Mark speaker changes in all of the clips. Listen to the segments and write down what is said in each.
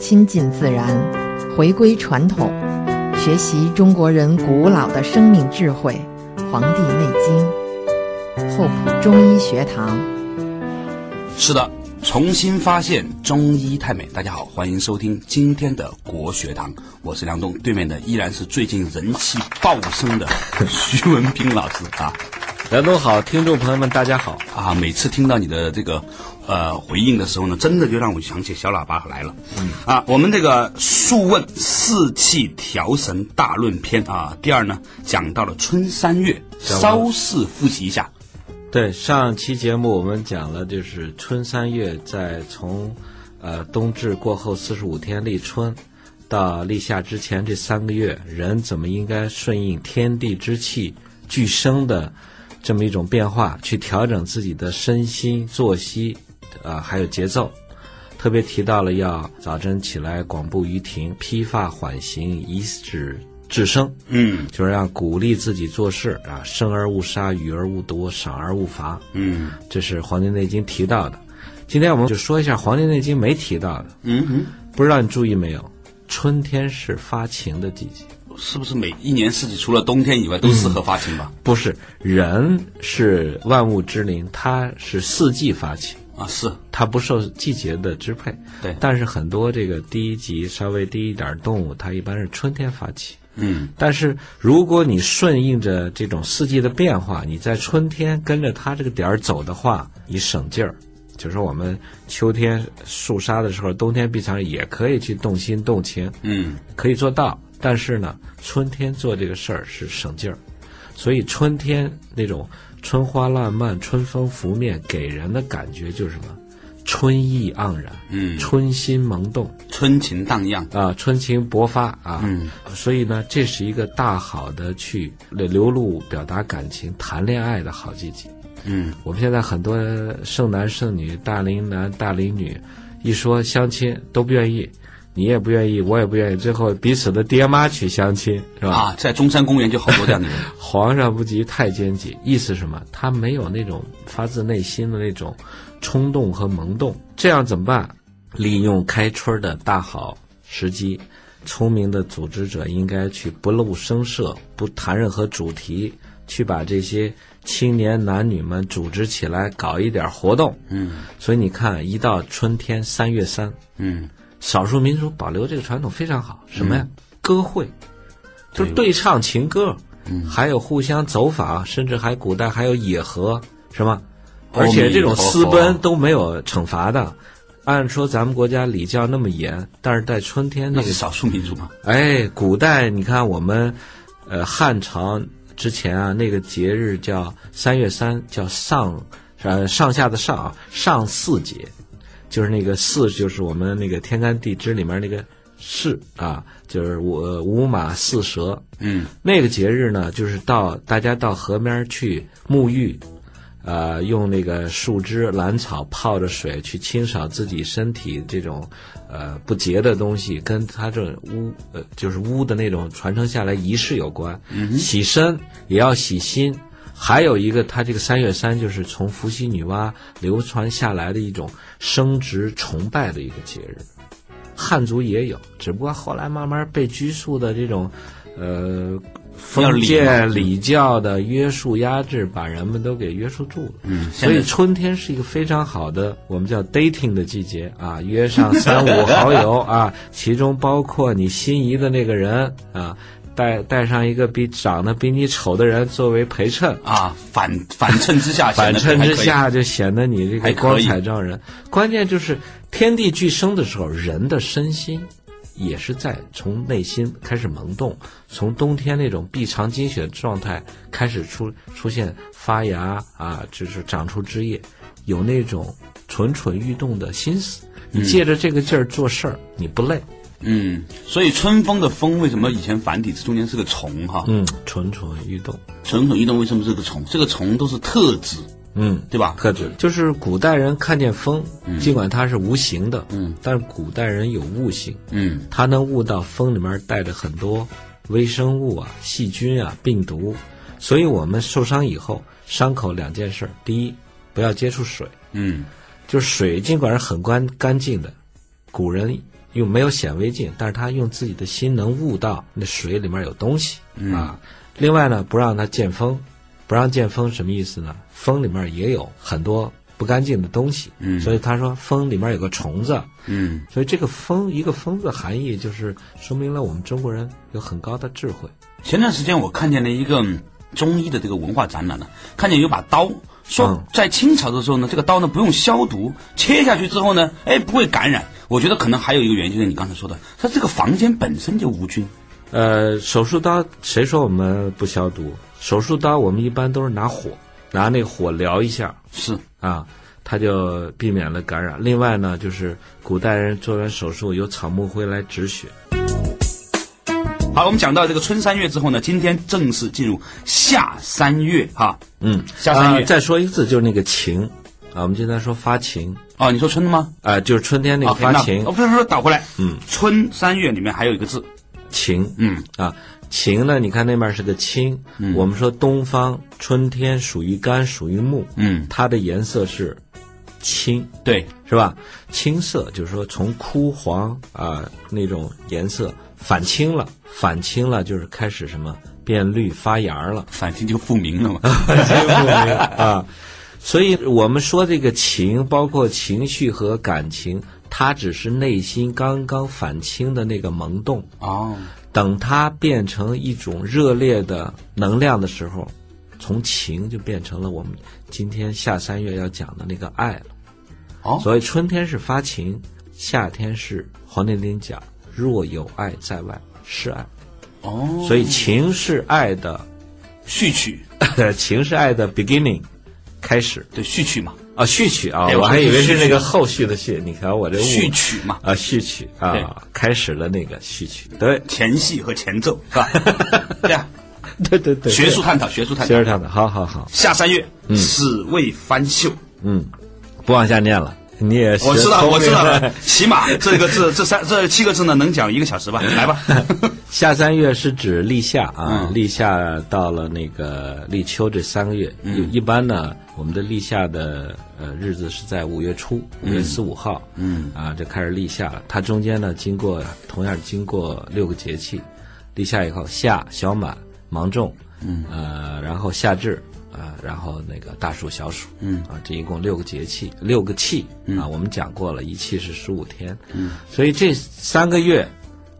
Speaker 1: 亲近自然，回归传统，学习中国人古老的生命智慧《黄帝内经》。厚朴中医学堂。
Speaker 2: 是的，重新发现中医太美。大家好，欢迎收听今天的国学堂，我是梁东，对面的依然是最近人气爆升的徐文兵老师啊。
Speaker 3: 梁东好，听众朋友们，大家好。
Speaker 2: 啊，每次听到你的这个呃回应的时候呢，真的就让我想起小喇叭来了。嗯、啊，我们这个《素问·四气调神大论篇》啊，第二呢讲到了春三月，稍事复习一下。
Speaker 3: 对，上期节目我们讲了，就是春三月在从呃冬至过后四十五天立春到立夏之前这三个月，人怎么应该顺应天地之气俱生的。这么一种变化，去调整自己的身心作息，啊、呃，还有节奏。特别提到了要早晨起来广步于庭，披发缓行，以止至生。
Speaker 2: 嗯
Speaker 3: 就是让鼓励自己做事啊，生而勿杀，予而勿夺，赏而勿罚。
Speaker 2: 嗯
Speaker 3: 这是《黄帝内经》提到的。今天我们就说一下《黄帝内经》没提到的，
Speaker 2: 嗯嗯，
Speaker 3: 不知道你注意没有？春天是发情的季节，
Speaker 2: 是不是每一年四季除了冬天以外都适合发情吧？
Speaker 3: 不是人是万物之灵，它是四季发情。
Speaker 2: 啊，是
Speaker 3: 它不受季节的支配。
Speaker 2: 对
Speaker 3: 但是很多这个低级稍微低一点儿动物，它一般是春天发情。
Speaker 2: 嗯，
Speaker 3: 但是如果你顺应着这种四季的变化，你在春天跟着它这个点儿走的话，你省劲儿。就是说我们秋天肃杀的时候，冬天闭藏也可以去动心动情，
Speaker 2: 嗯
Speaker 3: 可以做到。但是呢，春天做这个事儿是省劲儿，所以春天那种春花烂漫、春风拂面，给人的感觉就是什么？春意盎然，
Speaker 2: 嗯，
Speaker 3: 春心萌动
Speaker 2: 春情荡漾。
Speaker 3: 啊，春情勃发啊。
Speaker 2: 嗯，
Speaker 3: 所以呢，这是一个大好的去流露、表达感情、谈恋爱的好季节。
Speaker 2: 嗯
Speaker 3: 我们现在很多剩男剩女、大龄男大龄女，一说相亲都不愿意，你也不愿意，我也不愿意，最后彼此的爹妈去相亲，是吧？
Speaker 2: 啊，在中山公园就好多这样的人。
Speaker 3: 皇上不急太监急，意思是什么？他没有那种发自内心的那种冲动和萌动，这样怎么办？利用开春的大好时机，聪明的组织者应该去不露声色，不谈任何主题，去把这些青年男女们组织起来，搞一点活动。
Speaker 2: 嗯
Speaker 3: 所以你看，一到春天三月三，
Speaker 2: 嗯，
Speaker 3: 少数民族保留这个传统非常好。什么呀？歌会，就是对唱情歌，
Speaker 2: 嗯
Speaker 3: 还有互相走访，甚至还古代还有野合，是吗？
Speaker 2: 阿
Speaker 3: 而且这种
Speaker 2: 弥陀佛
Speaker 3: 私奔都没有惩罚的。按说咱们国家礼教那么严，但是在春天那
Speaker 2: 嗯那
Speaker 3: 个
Speaker 2: 是少数民族嘛。
Speaker 3: 哎，古代你看我们，呃，汉朝之前啊，那个节日叫三月三，叫上，呃，上下的上啊，上巳节，就是那个巳，就是我们那个天干地支里面那个巳啊，就是五五马四蛇，
Speaker 2: 嗯
Speaker 3: 那个节日呢，就是到大家到河边儿去沐浴，呃，用那个树枝、兰草泡着水去清扫自己身体这种呃不洁的东西，跟它这种巫呃就是巫的那种传承下来仪式有关。
Speaker 2: 嗯
Speaker 3: 洗身也要洗心，还有一个，它这个三月三就是从伏羲女娲流传下来的一种生殖崇拜的一个节日。汉族也有，只不过后来慢慢被拘束的这种，呃，
Speaker 2: 要
Speaker 3: 封
Speaker 2: 礼嘛
Speaker 3: 建礼教的约束压制，把人们都给约束住了。
Speaker 2: 嗯，现
Speaker 3: 所
Speaker 2: 在
Speaker 3: 以春天是一个非常好的，我们叫 dating 的季节啊，约上三五 好友啊，其中包括你心仪的那个人啊，带带上一个比长得比你丑的人作为陪衬，
Speaker 2: 啊，反 反衬之下，
Speaker 3: 反
Speaker 2: 显
Speaker 3: 衬
Speaker 2: 得
Speaker 3: 之
Speaker 2: 还可以，
Speaker 3: 下就显得你这
Speaker 2: 还可以
Speaker 3: 个光彩照人。关键就是天地俱生的时候，人的身心也是在从内心开始萌动，从冬天那种闭藏经血的状态开始出出现发芽啊，就是长出枝叶，有那种蠢蠢欲动的心思。你借着这个劲儿做事儿，你不累。
Speaker 2: 嗯，所以春风的风为什么以前繁体字中间是个虫哈？
Speaker 3: 嗯，蠢蠢欲动。
Speaker 2: 蠢蠢欲动为什么是个虫？这个虫都是特指，
Speaker 3: 嗯，
Speaker 2: 对吧？
Speaker 3: 克制，就是古代人看见风，尽管它是无形的，
Speaker 2: 嗯，
Speaker 3: 但是古代人有悟性，
Speaker 2: 嗯
Speaker 3: 它能悟到风里面带着很多微生物啊、细菌啊、病毒，所以我们受伤以后，伤口两件事儿：第一，不要接触水，
Speaker 2: 嗯
Speaker 3: 就是水尽管是很干干净的，古人用没有显微镜，但是他用自己的心能悟到那水里面有东西、啊。另外呢，不让它见风，不让见风什么意思呢？风里面也有很多不干净的东西，嗯、所以他说风里面有个虫子，
Speaker 2: 嗯
Speaker 3: 所以这个“风”一个“风”字的含义，就是说明了我们中国人有很高的智慧。
Speaker 2: 前段时间我看见了一个嗯中医的这个文化展览呢，看见有把刀，说
Speaker 3: 嗯
Speaker 2: 在清朝的时候呢，这个刀呢不用消毒，切下去之后呢，哎不会感染。我觉得可能还有一个原因，就是你刚才说的，它这个房间本身就无菌。
Speaker 3: 呃，手术刀谁说我们不消毒？手术刀我们一般都是拿火，拿那个火燎一下
Speaker 2: 是，
Speaker 3: 啊，它就避免了感染。另外呢，就是古代人做完手术有草木灰来止血。
Speaker 2: 好，我们讲到这个春三月之后呢，今天正式进入夏三月哈。
Speaker 3: 嗯，
Speaker 2: 夏三月
Speaker 3: 啊再说一次，就是那个晴啊，我们经常说发晴
Speaker 2: 哦，你说春吗？
Speaker 3: 啊、就是春天那个
Speaker 2: OK，
Speaker 3: 发
Speaker 2: 那
Speaker 3: 晴
Speaker 2: 哦，不是不是，倒回来，嗯，春三月里面还有一个字，
Speaker 3: 晴，
Speaker 2: 嗯
Speaker 3: 啊，晴呢，你看那面是个青，我们说东方春天属于干，属于木，
Speaker 2: 嗯，
Speaker 3: 它的颜色是青，
Speaker 2: 对，
Speaker 3: 是吧？青色就是说从枯黄啊、那种颜色反青了，反青了就是开始什么变绿发芽了
Speaker 2: 反正就复明了嘛。
Speaker 3: 啊。所以我们说这个情，包括情绪和感情，它只是内心刚刚反青的那个萌动。
Speaker 2: 哦，
Speaker 3: 等它变成一种热烈的能量的时候，从情就变成了我们今天下三月要讲的那个爱了。
Speaker 2: 哦
Speaker 3: 所以春天是发情，夏天是黄帝内经讲“若有爱在外，是爱
Speaker 2: 哦，”。
Speaker 3: 所以情是爱的，
Speaker 2: 序曲，
Speaker 3: 情是爱的 beginning，开始
Speaker 2: 对，序曲嘛，
Speaker 3: 啊，序曲啊，
Speaker 2: 对
Speaker 3: 我
Speaker 2: 哎我
Speaker 3: 还
Speaker 2: 说
Speaker 3: 以为
Speaker 2: 序
Speaker 3: 是
Speaker 2: 曲
Speaker 3: 那个后续的序，你看我这误
Speaker 2: 序曲嘛，
Speaker 3: 啊，序曲
Speaker 2: 对
Speaker 3: 啊，开始的那个序曲，对
Speaker 2: 前戏和前 奏是吧？对啊，
Speaker 3: 对对对，嗯
Speaker 2: 学术探讨，学术探
Speaker 3: 接
Speaker 2: 讨。
Speaker 3: 着唱的，好好好。
Speaker 2: 下三月，此谓翻秀。
Speaker 3: 嗯，不往下念了，你也
Speaker 2: 我
Speaker 3: 学
Speaker 2: 知道，
Speaker 3: 聪
Speaker 2: 我知
Speaker 3: 明
Speaker 2: 道
Speaker 3: 了
Speaker 2: 了。。起码这个字，这三这七个字呢，能讲一个小 时吧？来吧，
Speaker 3: 夏三月是指立夏啊，
Speaker 2: 嗯
Speaker 3: 立夏到了那个立秋这三个月，嗯、一般呢，我们的立夏的呃日子是在五月初，五月四五号，
Speaker 2: 嗯，
Speaker 3: 啊就开始立夏了。它中间呢，经过同样经过六个节气，立夏以后，夏、小满、芒种，嗯，呃，然后夏至。啊，然后那个大暑、小暑，嗯，啊，这一共六个节气，六个气，啊，我们讲过了，一气是十五天，嗯，所以这三个月，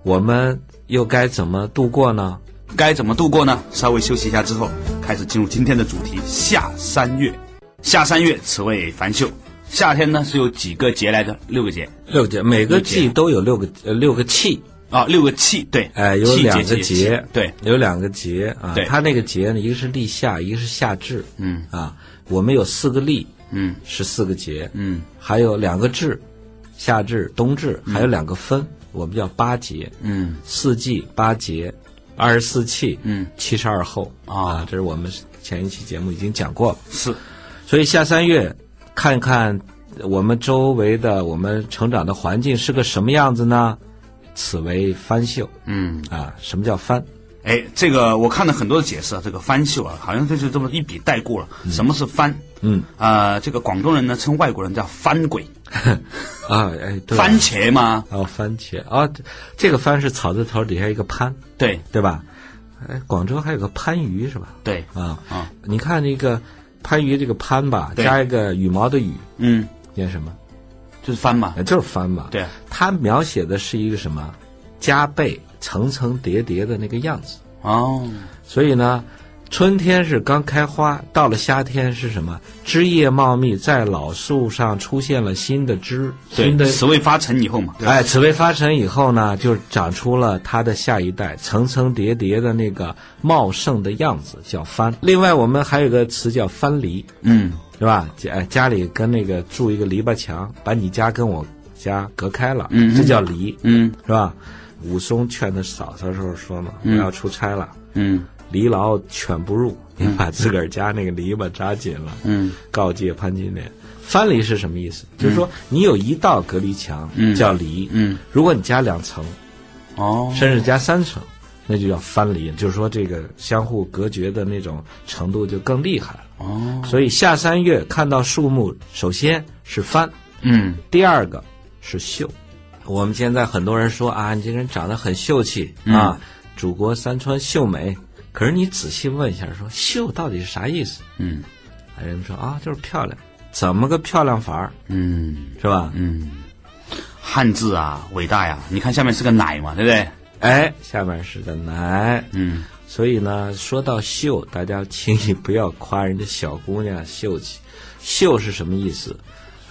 Speaker 3: 我们又该怎么度过呢？
Speaker 2: 该怎么度过呢？稍微休息一下之后，开始进入今天的主题：下三月。下三月，此谓翻秀。夏天呢是有几个节来着？六个节
Speaker 3: 六节，每个
Speaker 2: 六
Speaker 3: 季都有六个呃六个气，
Speaker 2: 啊，六个气，对，
Speaker 3: 哎，有
Speaker 2: 气
Speaker 3: 两个
Speaker 2: 节气
Speaker 3: 节，
Speaker 2: 对，
Speaker 3: 有两个节啊
Speaker 2: 对。
Speaker 3: 它那个节呢，一个是立夏，一个是夏至，
Speaker 2: 嗯
Speaker 3: 啊，我们有四个立
Speaker 2: 嗯
Speaker 3: 是四个节，
Speaker 2: 嗯
Speaker 3: 还有两个至，夏至、冬至，还有两个分，我们叫八节，
Speaker 2: 嗯，
Speaker 3: 四季八节，二十四气，
Speaker 2: 嗯，
Speaker 3: 七十二候
Speaker 2: 啊
Speaker 3: 啊，这是我们前一期节目已经讲过了。
Speaker 2: 是
Speaker 3: 所以下三月，看看我们周围的我们成长的环境是个什么样子呢？此为翻秀
Speaker 2: 嗯。
Speaker 3: 啊！什么叫翻？
Speaker 2: 哎，这个我看了很多的解释啊，这个翻秀啊，好像就是这么一笔带过了。什么是翻？
Speaker 3: 嗯，
Speaker 2: 啊、这个广东人呢称外国人叫翻鬼，
Speaker 3: 啊，哎，对，
Speaker 2: 番茄嘛，
Speaker 3: 哦，番茄啊，这这个番是草字头底下一个潘，
Speaker 2: 对
Speaker 3: 对吧？哎，广州还有个番禺是吧？
Speaker 2: 对，
Speaker 3: 啊
Speaker 2: 啊，
Speaker 3: 你看那个番禺这个潘吧，
Speaker 2: 对
Speaker 3: 加一个羽毛的羽，
Speaker 2: 嗯，
Speaker 3: 念什么？
Speaker 2: 就是翻嘛，
Speaker 3: 哎，就是帆嘛。
Speaker 2: 对，
Speaker 3: 它描写的是一个什么？加倍、层层叠叠的那个样子。
Speaker 2: 哦，
Speaker 3: 所以呢，春天是刚开花，到了夏天是什么？枝叶茂密，在老树上出现了新的枝，新的
Speaker 2: 对，此谓发陈以后嘛，
Speaker 3: 哎，此为发陈以后呢，就长出了它的下一代，层层叠叠的那个茂盛的样子，叫番。另外，我们还有个词叫番篱，
Speaker 2: 嗯，
Speaker 3: 是吧？家哎家里跟那个筑一个篱笆墙，把你家跟我家隔开了，
Speaker 2: 嗯
Speaker 3: 这叫篱，
Speaker 2: 嗯
Speaker 3: 是吧？武松劝他嫂嫂的时候说嘛，我要出差了。
Speaker 2: 嗯
Speaker 3: 篱牢犬不入，你把自个儿家那个篱笆扎紧了。
Speaker 2: 嗯，
Speaker 3: 告诫潘金莲，藩篱是什么意思？就是说你有一道隔离墙，
Speaker 2: 嗯
Speaker 3: 叫篱。
Speaker 2: 嗯，
Speaker 3: 如果你加两层，
Speaker 2: 哦，
Speaker 3: 甚至加三层，那就叫藩篱，就是说这个相互隔绝的那种程度就更厉害了。
Speaker 2: 哦，
Speaker 3: 所以下三月看到树木，首先是藩，
Speaker 2: 嗯，
Speaker 3: 第二个是秀，我们现在很多人说啊，你这个人长得很秀气
Speaker 2: 嗯
Speaker 3: 啊，祖国山川秀美。可是你仔细问一下说，秀到底是啥意思？
Speaker 2: 嗯
Speaker 3: 哎人们说啊，就是漂亮，怎么个漂亮法儿
Speaker 2: 嗯，
Speaker 3: 是吧？
Speaker 2: 汉字啊，伟大呀！你看下面是个奶嘛，对不对？
Speaker 3: 哎，下面是个男，
Speaker 2: 嗯
Speaker 3: 所以呢，说到秀，大家轻易不要夸人家小姑娘秀气。秀是什么意思？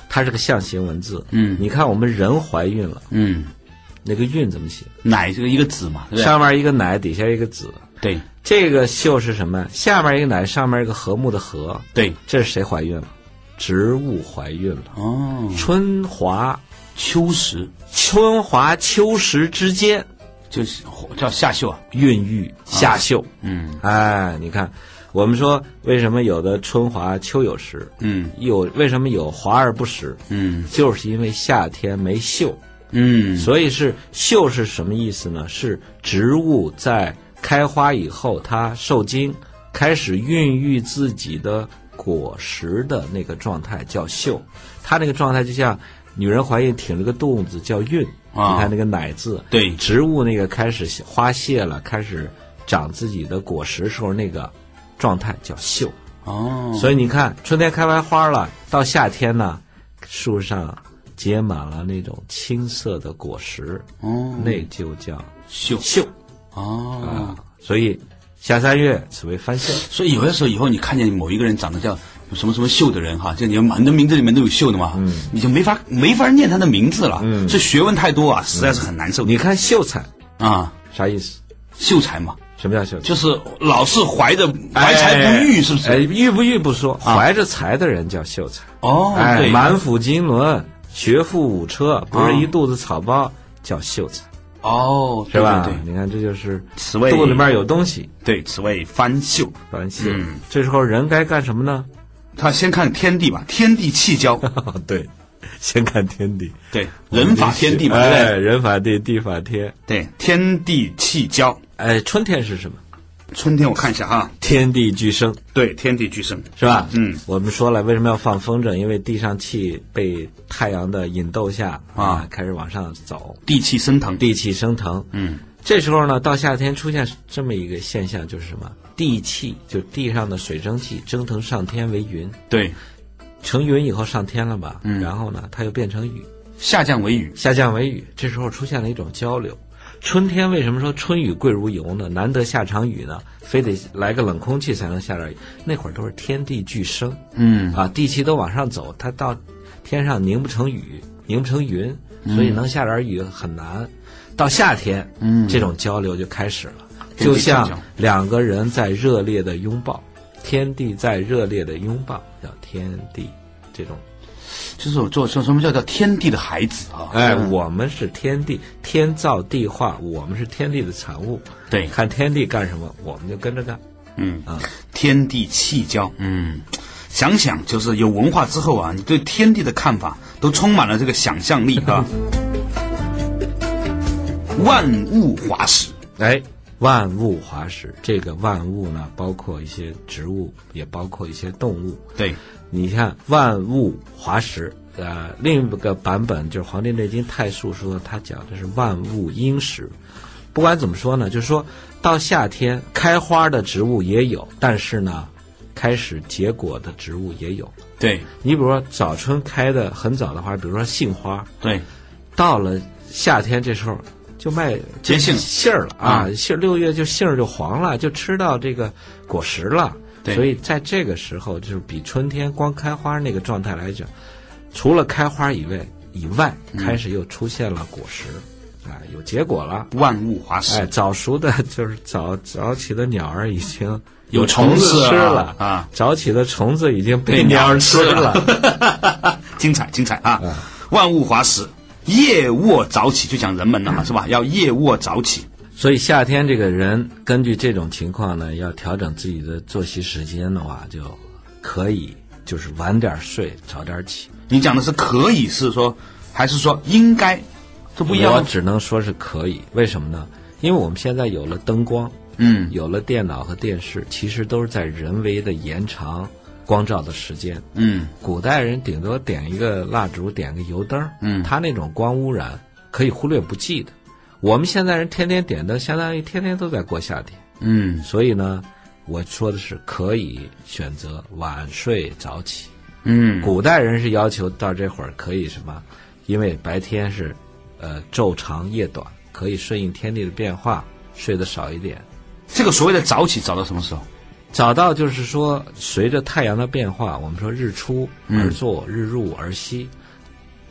Speaker 3: 它是个象形文字。
Speaker 2: 嗯
Speaker 3: 你看我们人怀孕了，
Speaker 2: 嗯，
Speaker 3: 那个孕怎么写？
Speaker 2: 奶这个一个子嘛，对不对？
Speaker 3: 上面一个奶，底下一个子。
Speaker 2: 对
Speaker 3: 这个秀是什么？下面一个奶，上面一个和睦的和。
Speaker 2: 对
Speaker 3: 这是谁怀孕了？植物怀孕了。
Speaker 2: 哦，
Speaker 3: 春华，
Speaker 2: 秋实
Speaker 3: 春华秋实之间，
Speaker 2: 就是叫夏秀啊。
Speaker 3: 孕育夏秀。
Speaker 2: 嗯
Speaker 3: 哎，你看，我们说为什么有的春华秋有时，
Speaker 2: 嗯
Speaker 3: 有为什么有华而不实，
Speaker 2: 嗯
Speaker 3: 就是因为夏天没秀。
Speaker 2: 嗯
Speaker 3: 所以是秀是什么意思呢？是植物在开花以后，它受精，开始孕育自己的果实的那个状态叫秀。它那个状态就像女人怀孕挺着个肚子叫孕，
Speaker 2: 啊
Speaker 3: 你看那个奶字，
Speaker 2: 对
Speaker 3: 植物那个开始花谢了，开始长自己的果实时候那个状态叫秀。
Speaker 2: 哦，
Speaker 3: 所以你看，春天开完花了，到夏天呢，树上结满了那种青色的果实，
Speaker 2: 哦
Speaker 3: 那就叫
Speaker 2: 秀
Speaker 3: 秀
Speaker 2: 哦
Speaker 3: 啊。。所以下三月，此为番秀。
Speaker 2: 所以有的时候以后你看见某一个人长得叫什么什么秀的人哈，就你们很多名字里面都有秀的嘛，
Speaker 3: 嗯
Speaker 2: 你就没法没法念他的名字了。这学问太多啊，实在是很难受。
Speaker 3: 你看秀才
Speaker 2: 啊，
Speaker 3: 啥意思？
Speaker 2: 秀才嘛，
Speaker 3: 什么叫秀才？
Speaker 2: 就是老是怀着怀才不遇，是不
Speaker 3: 哎，
Speaker 2: 是？
Speaker 3: 遇不遇不说，怀着财的人叫秀才。
Speaker 2: 哦，
Speaker 3: 哎，
Speaker 2: 对，
Speaker 3: 满腹经纶，学富五车，不是
Speaker 2: 啊
Speaker 3: 一肚子草包，叫秀才，
Speaker 2: 哦，
Speaker 3: 是吧？
Speaker 2: 对对对
Speaker 3: 你看，这就是
Speaker 2: 此谓
Speaker 3: 肚里面有东西，
Speaker 2: 对，此谓翻秀。
Speaker 3: 番秀。
Speaker 2: 嗯
Speaker 3: 这时候人该干什么呢？
Speaker 2: 他先看天地吧，天地气 交，
Speaker 3: 哦，对，先看天地，
Speaker 2: 对，人法天地嘛，对不
Speaker 3: 哎，
Speaker 2: 对？
Speaker 3: 人法地，地法天。
Speaker 2: 对，天地气交。
Speaker 3: 哎，春天是什么？
Speaker 2: 春天我看一下哈，
Speaker 3: 天地俱生，
Speaker 2: 对，天地俱生，
Speaker 3: 是吧？
Speaker 2: 嗯，
Speaker 3: 我们说了，为什么要放风筝？因为地上气被太阳的引逗下
Speaker 2: 啊
Speaker 3: 开始往上走，
Speaker 2: 地气升腾，
Speaker 3: 地气升腾。
Speaker 2: 嗯，
Speaker 3: 这时候呢，到夏天出现这么一个现象，就是什么？地气，就地上的水蒸气蒸腾上天为云，
Speaker 2: 对，
Speaker 3: 成云以后上天了吧？嗯，然后呢，它又变成雨，
Speaker 2: 下降为雨，
Speaker 3: 下降为雨，这时候出现了一种交流。春天为什么说春雨贵如油呢？难得下场雨呢，非得来个冷空气才能下点雨。那会儿都是天地俱生，
Speaker 2: 嗯，
Speaker 3: 啊，地气都往上走，它到天上凝不成雨，凝不成云，
Speaker 2: 嗯
Speaker 3: 所以能下点雨很难。到夏天，嗯，这种交流就开始了，
Speaker 2: 天地
Speaker 3: 就
Speaker 2: 交
Speaker 3: 像
Speaker 2: 流
Speaker 3: 两个人在热烈的拥抱，天地在热烈的拥抱，叫天地这种
Speaker 2: 就是我做说什么叫叫天地的孩子啊？
Speaker 3: 哎，我们是天地，天造地化，我们是天地的产物。
Speaker 2: 对
Speaker 3: 看天地干什么，我们就跟着干。
Speaker 2: 嗯天地气交，嗯，想想就是有文化之后啊，你对天地的看法都充满了这个想象力 啊。万物华实，
Speaker 3: 哎，万物华实，这个万物呢，包括一些植物，也包括一些动物。
Speaker 2: 对，
Speaker 3: 你看，万物华实。呃，另一个版本就是《黄帝内经·太素》说，它讲的是万物殷实。不管怎么说呢，就是说到夏天开花的植物也有，但是呢，开始结果的植物也有。
Speaker 2: 对，
Speaker 3: 你比如说早春开的很早的花，比如说杏花，
Speaker 2: 对，
Speaker 3: 到了夏天这时候就卖
Speaker 2: 结杏
Speaker 3: 杏儿了啊，杏儿六月就杏儿就黄了，就吃到这个果实了。
Speaker 2: 对
Speaker 3: 所以在这个时候，就是比春天光开花那个状态来讲，除了开花以外，以外
Speaker 2: 嗯
Speaker 3: 开始又出现了果实，啊，有结果了。
Speaker 2: 万物华实。
Speaker 3: 哎，早熟的就是早早起的鸟儿已经
Speaker 2: 有
Speaker 3: 虫
Speaker 2: 虫子
Speaker 3: 吃
Speaker 2: 了
Speaker 3: 了
Speaker 2: 啊
Speaker 3: 早起的虫子已经被
Speaker 2: 被鸟
Speaker 3: 鸟
Speaker 2: 儿
Speaker 3: 儿
Speaker 2: 吃
Speaker 3: 吃
Speaker 2: 了
Speaker 3: 了。
Speaker 2: 精彩精彩啊！万物华实，夜卧早起，就讲人们了嘛，是吧？要夜卧早起。
Speaker 3: 所以夏天这个人根据这种情况呢，要调整自己的作息时间的话，就可以就是晚点睡，早点起。
Speaker 2: 你讲的是可以是说，还是说应该？这不一样
Speaker 3: 我
Speaker 2: 啊。
Speaker 3: 只能说是可以，为什么呢？因为我们现在有了灯光，
Speaker 2: 嗯
Speaker 3: 有了电脑和电视，其实都是在人为的延长光照的时间。
Speaker 2: 嗯
Speaker 3: 古代人顶多点一个蜡烛，点个油灯，
Speaker 2: 嗯
Speaker 3: 他那种光污染可以忽略不计的。我们现在人天天点灯，相当于天天都在过夏天。
Speaker 2: 嗯
Speaker 3: 所以呢，我说的是可以选择晚睡早起。
Speaker 2: 嗯
Speaker 3: 古代人是要求到这会儿可以什么？因为白天是，呃，昼长夜短，可以顺应天地的变化，睡得少一点。
Speaker 2: 这个所谓的早起，早到什么时候？
Speaker 3: 早到就是说，随着太阳的变化，我们说日出而作，日入而息。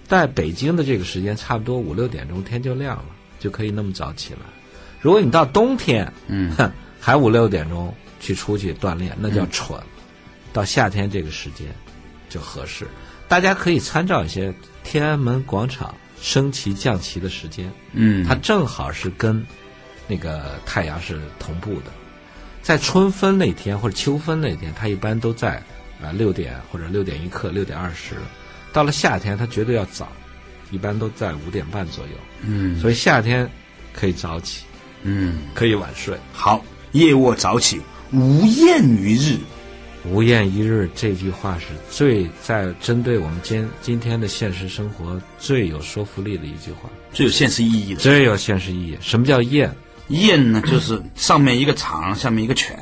Speaker 3: 在北京的这个时间，差不多五六点钟天就亮了，就可以那么早起来。如果你到冬天，
Speaker 2: 嗯
Speaker 3: 哼，还五六点钟去出去锻炼，那叫蠢。到夏天这个时间就合适，大家可以参照一些天安门广场升旗降旗的时间，
Speaker 2: 嗯
Speaker 3: 它正好是跟那个太阳是同步的。在春分那天或者秋分那天，它一般都在啊六、6点或者六点一刻、六点二十。到了夏天，它绝对要早，一般都在五点半左右。
Speaker 2: 嗯
Speaker 3: 所以夏天可以早起，
Speaker 2: 嗯，
Speaker 3: 可以晚睡。
Speaker 2: 好，夜卧早起，无厌于日。
Speaker 3: 无厌一日这句话是最在针对我们今今天的现实生活最有说服力的一句话，
Speaker 2: 最有现实意义的
Speaker 3: 最有现实意义。什么叫厌？
Speaker 2: 厌呢，就是上面一个长，下面一个犬。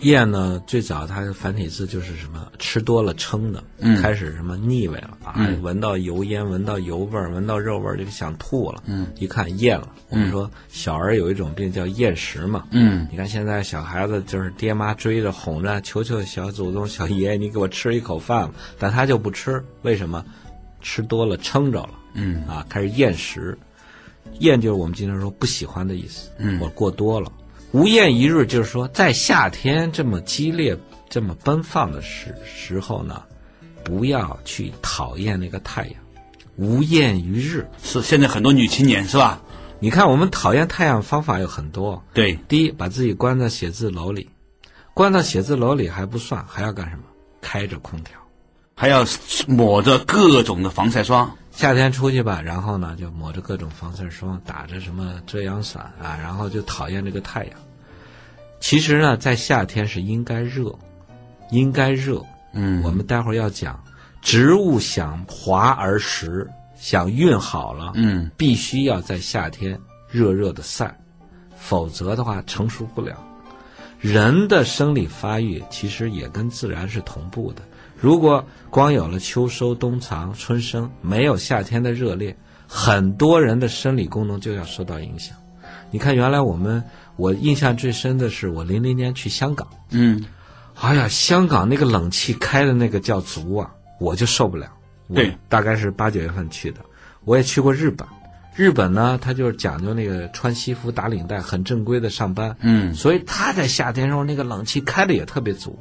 Speaker 3: 厌呢，最早它的繁体字就是什么吃多了撑的，
Speaker 2: 嗯
Speaker 3: 开始什么腻味了啊，闻到油烟，闻到油味儿，闻到肉味儿，这个想吐了，
Speaker 2: 嗯，
Speaker 3: 一看厌了。我们说小儿有一种病叫厌食嘛，
Speaker 2: 嗯
Speaker 3: 你看现在小孩子就是爹妈追着哄着，求求小祖宗小爷爷你给我吃一口饭吧，但他就不吃，为什么？吃多了撑着了，
Speaker 2: 嗯
Speaker 3: 啊，开始厌食，厌就是我们经常说不喜欢的意思，
Speaker 2: 嗯
Speaker 3: 我过多了。无厌一日就是说，在夏天这么激烈、这么奔放的时时候呢，不要去讨厌那个太阳，无厌于日。
Speaker 2: 是现在很多女青年是吧？
Speaker 3: 你看，我们讨厌太阳方法有很多，
Speaker 2: 对，
Speaker 3: 第一，把自己关到写字楼里，关到写字楼里还不算，还要干什么？开着空调。
Speaker 2: 还要抹着各种的防晒霜。
Speaker 3: 夏天出去吧，然后呢就抹着各种防晒霜，打着什么遮阳伞啊，然后就讨厌这个太阳。其实呢，在夏天是应该热，应该热。
Speaker 2: 嗯
Speaker 3: 我们待会儿要讲，植物想华而实，想孕好了，
Speaker 2: 嗯
Speaker 3: 必须要在夏天热热的晒，否则的话成熟不了。人的生理发育其实也跟自然是同步的。如果光有了秋收、冬藏、春生，没有夏天的热烈，很多人的生理功能就要受到影响。你看，原来我们我印象最深的是我零零年去香港，
Speaker 2: 嗯，
Speaker 3: 哎呀，香港那个冷气开的那个叫足啊，我就受不了。我
Speaker 2: 对，
Speaker 3: 大概是八九月份去的，我也去过日本。日本呢，它就是讲究那个穿西服打领带，很正规的上班。
Speaker 2: 嗯
Speaker 3: 所以它在夏天时候那个冷气开的也特别足，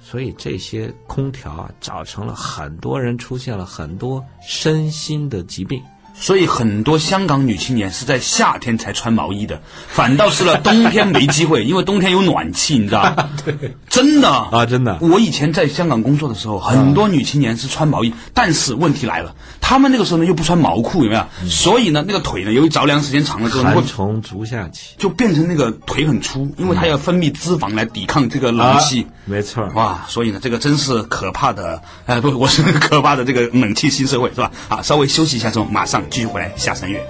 Speaker 3: 所以这些空调啊，造成了很多人出现了很多身心的疾病。
Speaker 2: 所以很多香港女青年是在夏天才穿毛衣的，反倒是了冬天没机会，因为冬天有暖气，你知道吧？对，真的啊
Speaker 3: 真的
Speaker 2: 我以前在香港工作的时候，很多女青年是穿毛衣，但是问题来了，她们那个时候呢又不穿毛裤，有没有？所以呢，那个腿呢，由于着凉时间长了之后，能够
Speaker 3: 寒从足下起，
Speaker 2: 就变成那个腿很粗，因为它要分泌脂肪来抵抗这个冷气。
Speaker 3: 没错儿。
Speaker 2: 哇，所以呢，这个真是可怕的， 呃，不，我是可怕的这个冷气新社会，是吧？啊，稍微休息一下之后，马上继续回来下三月。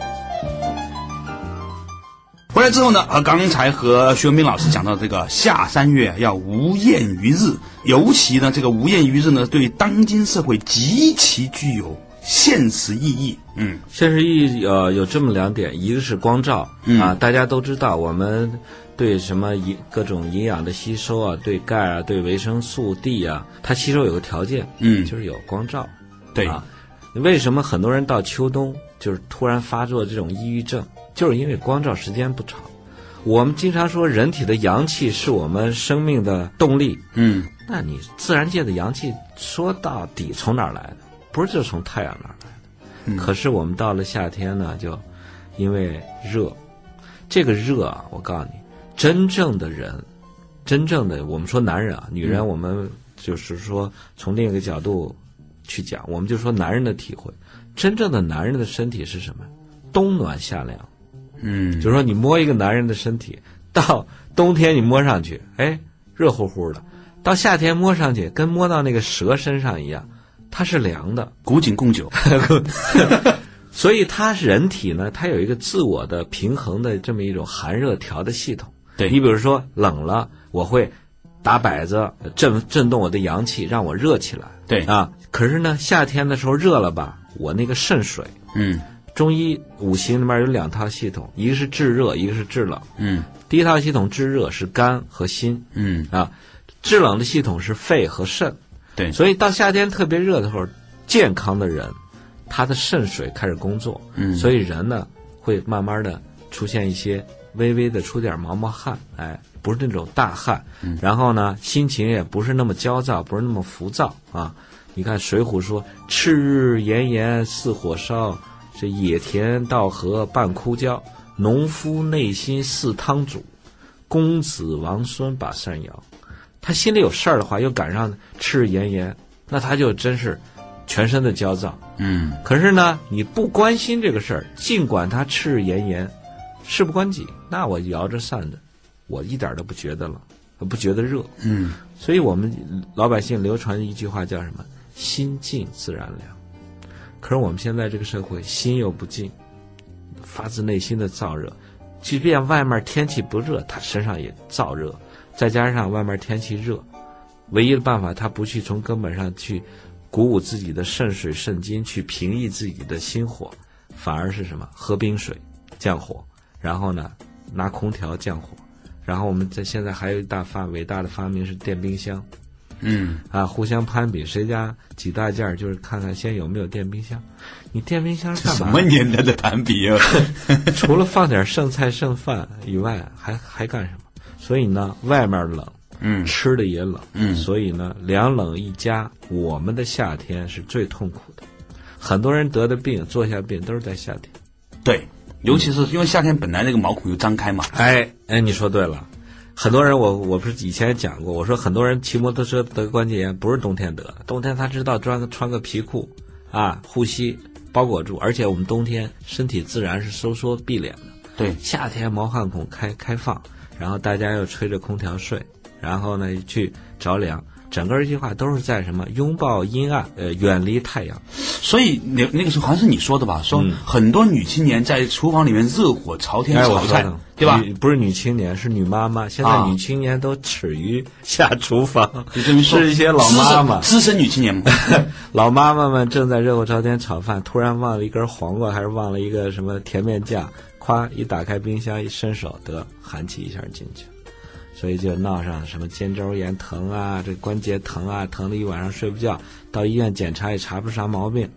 Speaker 2: 回来之后呢，呃，刚才和徐文斌老师讲到这个下三月要无厌于日，尤其呢，这个无厌于日呢，对当今社会极其具有现实意义。嗯
Speaker 3: 现实意义呃有这么两点，一个是光照、
Speaker 2: 嗯
Speaker 3: 啊，大家都知道我们对什么营各种营养的吸收啊，对钙啊，对维生素 D 啊，它吸收有个条件，
Speaker 2: 嗯
Speaker 3: 就是有光照。
Speaker 2: 对
Speaker 3: 啊，为什么很多人到秋冬就是突然发作这种抑郁症，就是因为光照时间不长。我们经常说，人体的阳气是我们生命的动力，
Speaker 2: 嗯
Speaker 3: 那你自然界的阳气说到底从哪儿来的？不是就从太阳那儿来的。可是我们到了夏天呢，就因为热，这个热啊，我告诉你，真正的人，真正的我们说男人啊，女人我们就是说从另一个角度去讲，我们就说男人的体会，真正的男人的身体是什么？冬暖夏凉。
Speaker 2: 嗯，
Speaker 3: 就是说你摸一个男人的身体，到冬天你摸上去，哎，热乎乎的；到夏天摸上去，跟摸到那个蛇身上一样，它是凉的。
Speaker 2: 古井贡酒，
Speaker 3: 所以它人体呢，它有一个自我的平衡的这么一种寒热调的系统。
Speaker 2: 对
Speaker 3: 你比如说冷了，我会打摆子震震动我的阳气，让我热起来。
Speaker 2: 对
Speaker 3: 啊，可是呢，夏天的时候热了吧，我那个肾水，
Speaker 2: 嗯
Speaker 3: 中医五行里面有两套系统，一个是制热，一个是制冷。
Speaker 2: 嗯
Speaker 3: 第一套系统制热是肝和心
Speaker 2: 嗯，
Speaker 3: 啊，制冷的系统是肺和肾。
Speaker 2: 对，
Speaker 3: 所以到夏天特别热的时候，健康的人，他的肾水开始工作，
Speaker 2: 嗯
Speaker 3: 所以人呢会慢慢的出现一些微微的出点毛毛汗，哎，不是那种大汗，然后呢心情也不是那么焦躁，不是那么浮躁啊。你看《水浒》说：“赤日炎炎似火烧，这野田稻禾伴枯焦。农夫内心似汤煮，公子王孙把扇摇。”他心里有事儿的话，又赶上赤日炎炎，那他就真是全身的焦躁。
Speaker 2: 嗯
Speaker 3: 可是呢，你不关心这个事儿，尽管他赤日炎炎，事不关己，那我摇着扇子，我一点儿都不觉得了，不觉得热。
Speaker 2: 嗯，
Speaker 3: 所以我们老百姓流传一句话叫什么？心静自然凉。可是我们现在这个社会，心又不静，发自内心的燥热，即便外面天气不热，他身上也燥热，再加上外面天气热，唯一的办法，他不去从根本上去鼓舞自己的肾水肾精，去平抑自己的心火，反而是什么？喝冰水降火，然后呢，拿空调降火，然后我们在现在还有一大发伟大的发明是电冰箱
Speaker 2: 嗯
Speaker 3: 啊，互相攀比谁家几大件儿，就是看看先有没有电冰箱。你电冰箱干
Speaker 2: 什
Speaker 3: 嘛？
Speaker 2: 么年代的谈比啊？
Speaker 3: 除了放点剩菜剩饭以外，还还干什么？所以呢，外面冷，
Speaker 2: 嗯
Speaker 3: 吃的也冷，
Speaker 2: 嗯
Speaker 3: 所以呢，两冷一加，我们的夏天是最痛苦的。很多人得的病，坐下病都是在夏天。
Speaker 2: 对，尤其是因为夏天本来那个毛孔就张开嘛，
Speaker 3: 哎哎，你说对了，很多人我我不是以前也讲过，我说很多人骑摩托车得关节炎不是冬天得，冬天他知道穿个穿个皮裤啊，护膝包裹住，而且我们冬天身体自然是收缩闭敛的，
Speaker 2: 对，
Speaker 3: 夏天毛汗孔开开放，然后大家又吹着空调睡，然后呢去着凉，整个一句话都是在什么拥抱阴暗，呃，远离太阳。
Speaker 2: 所以那那个时候好像是你说的吧？说很多女青年在厨房里面热火朝天
Speaker 3: 哎，我
Speaker 2: 炒
Speaker 3: 知
Speaker 2: 菜
Speaker 3: 道，，
Speaker 2: 对吧？
Speaker 3: 女不是女青年，是女妈妈。现在
Speaker 2: 啊
Speaker 3: 女青年都耻于下 厨房，
Speaker 2: 就这么说
Speaker 3: 是一些老
Speaker 2: 资
Speaker 3: 妈
Speaker 2: 深
Speaker 3: 妈。
Speaker 2: 资深女青年 嘛。
Speaker 3: 老妈妈们正在热火朝天炒饭，突然忘了一根黄瓜，还是忘了一个什么甜面酱，咵一打开冰箱，一伸手得寒气一下进去，所以就闹上什么肩周炎疼啊，这关节疼啊，疼了一晚上睡不觉，到医院检查也查不出啥毛病。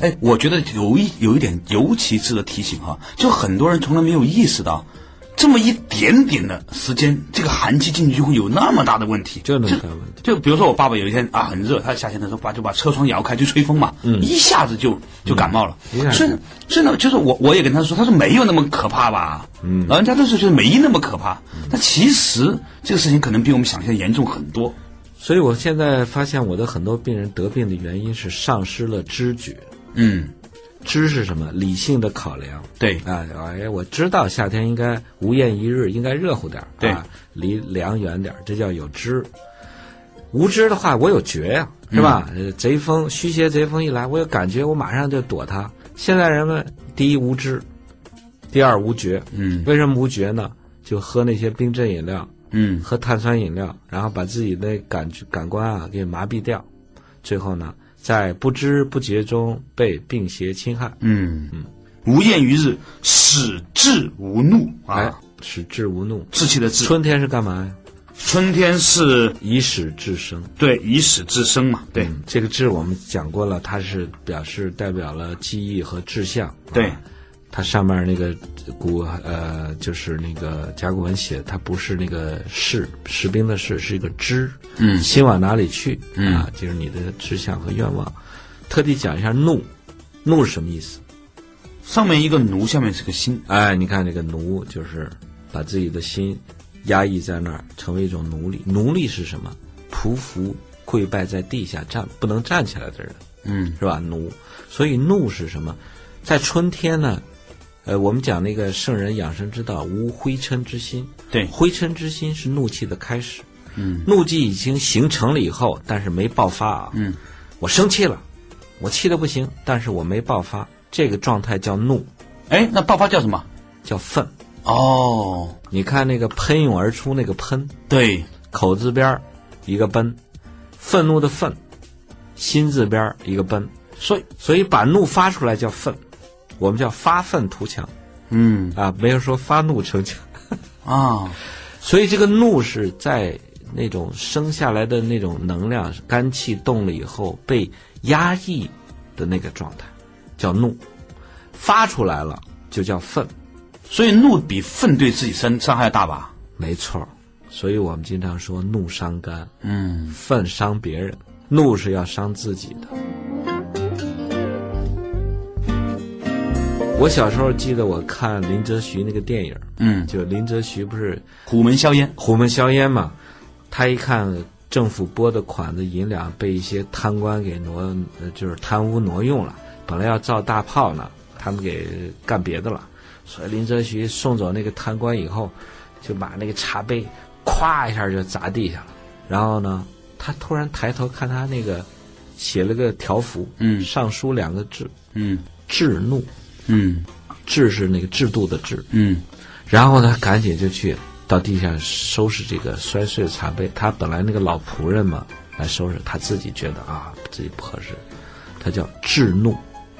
Speaker 2: 哎，我觉得有一有一点尤其值得提醒哈，就很多人从来没有意识到，这么一点点的时间，这个寒气进去就会有那么大的问题。
Speaker 3: 就那么
Speaker 2: 就
Speaker 3: 大问题
Speaker 2: 就比如说我爸爸有一天啊很热，他夏天的时候把就把车窗摇开去吹风嘛，一下子就就感冒了。
Speaker 3: 嗯一下子
Speaker 2: 所以呢所以呢，就是我我也跟他说，他说没有那么可怕吧，嗯，人家都是觉得没那么可怕，但其实这个事情可能比我们想象严重很多。
Speaker 3: 所以我现在发现我的很多病人得病的原因是丧失了知觉。
Speaker 2: 嗯，
Speaker 3: 知是什么？理性的考量。
Speaker 2: 对，
Speaker 3: 啊，哎，我知道夏天应该无艳一日，应该热乎点儿，
Speaker 2: 对
Speaker 3: 啊，离凉远点儿，这叫有知。无知的话，我有觉呀、是吧？呃贼风虚邪，贼风一来，我有感觉，我马上就躲它。现在人们第一无知，第二无觉。
Speaker 2: 嗯
Speaker 3: 为什么无觉呢？就喝那些冰镇饮料，
Speaker 2: 嗯
Speaker 3: 喝碳酸饮料，然后把自己的感觉感官啊给麻痹掉，最后呢，在不知不觉中被病邪侵害。
Speaker 2: 嗯嗯，无厌于日，矢志无怒
Speaker 3: 哎
Speaker 2: 啊，，
Speaker 3: 使志无怒。
Speaker 2: 志气的志。春
Speaker 3: 春天是干嘛呀？
Speaker 2: 春天是
Speaker 3: 以始至生。
Speaker 2: 对以始至生嘛，对、
Speaker 3: 嗯这个志我们讲过了，它是表示代表了记忆和志向。
Speaker 2: 对
Speaker 3: 啊它上面那个古呃，就是那个甲骨文写，它不是那个士士兵的士，是一个知。
Speaker 2: 嗯
Speaker 3: 心往哪里去？
Speaker 2: 嗯
Speaker 3: 啊，就是你的志向和愿望。特地讲一下怒，怒是什么意思？
Speaker 2: 上面一个奴，下面是个心。
Speaker 3: 哎，你看这个奴，就是把自己的心压抑在那儿，成为一种奴隶。奴隶是什么？匍匐跪拜在地下站，不能站起来的人，
Speaker 2: 嗯
Speaker 3: 是吧？奴。所以怒是什么？在春天呢，呃，我们讲那个圣人养生之道，无灰嗔之心。
Speaker 2: 对
Speaker 3: 灰嗔之心是怒气的开始。
Speaker 2: 嗯，
Speaker 3: 怒气已经形成了以后，但是没爆发啊。
Speaker 2: 嗯，
Speaker 3: 我生气了，我气的不行，但是我没爆发，这个状态叫怒，
Speaker 2: 哎，那爆发叫什么？
Speaker 3: 叫愤。
Speaker 2: 哦，
Speaker 3: 你看那个喷涌而出那个喷，
Speaker 2: 对，
Speaker 3: 口字边儿一个奔，愤怒的愤，心字边儿一个奔，
Speaker 2: 所以，
Speaker 3: 所以把怒发出来叫愤，我们叫发愤图强
Speaker 2: 嗯
Speaker 3: 啊，没有说发怒逞强。
Speaker 2: 啊，
Speaker 3: 所以这个怒是在那种生下来的那种能量肝气动了以后被压抑的那个状态，叫怒，发出来了就叫愤，
Speaker 2: 所以怒比愤对自己身伤害大吧？
Speaker 3: 没错儿。所以我们经常说怒伤肝，
Speaker 2: 嗯，
Speaker 3: 愤伤别人，怒是要伤自己的。我小时候记得我看林则徐那个电影，
Speaker 2: 嗯，
Speaker 3: 就林则徐不是
Speaker 2: 虎门硝烟，
Speaker 3: 虎门硝烟嘛，他一看政府拨的款子银两被一些贪官给挪，呃就是贪污挪用了，本来要造大炮呢，他们给干别的了。所以林则徐送走那个贪官以后，就把那个茶杯咵一下就砸地下了。然后呢，他突然抬头看他那个写了个条幅，
Speaker 2: 嗯
Speaker 3: 上书两个字，
Speaker 2: 嗯
Speaker 3: 制怒，
Speaker 2: 嗯
Speaker 3: 制是那个制度的制，
Speaker 2: 嗯
Speaker 3: 然后他赶紧就去到地下收拾这个摔碎的茶杯。他本来那个老仆人嘛，来收拾，他自己觉得啊自己不合适，他叫制怒。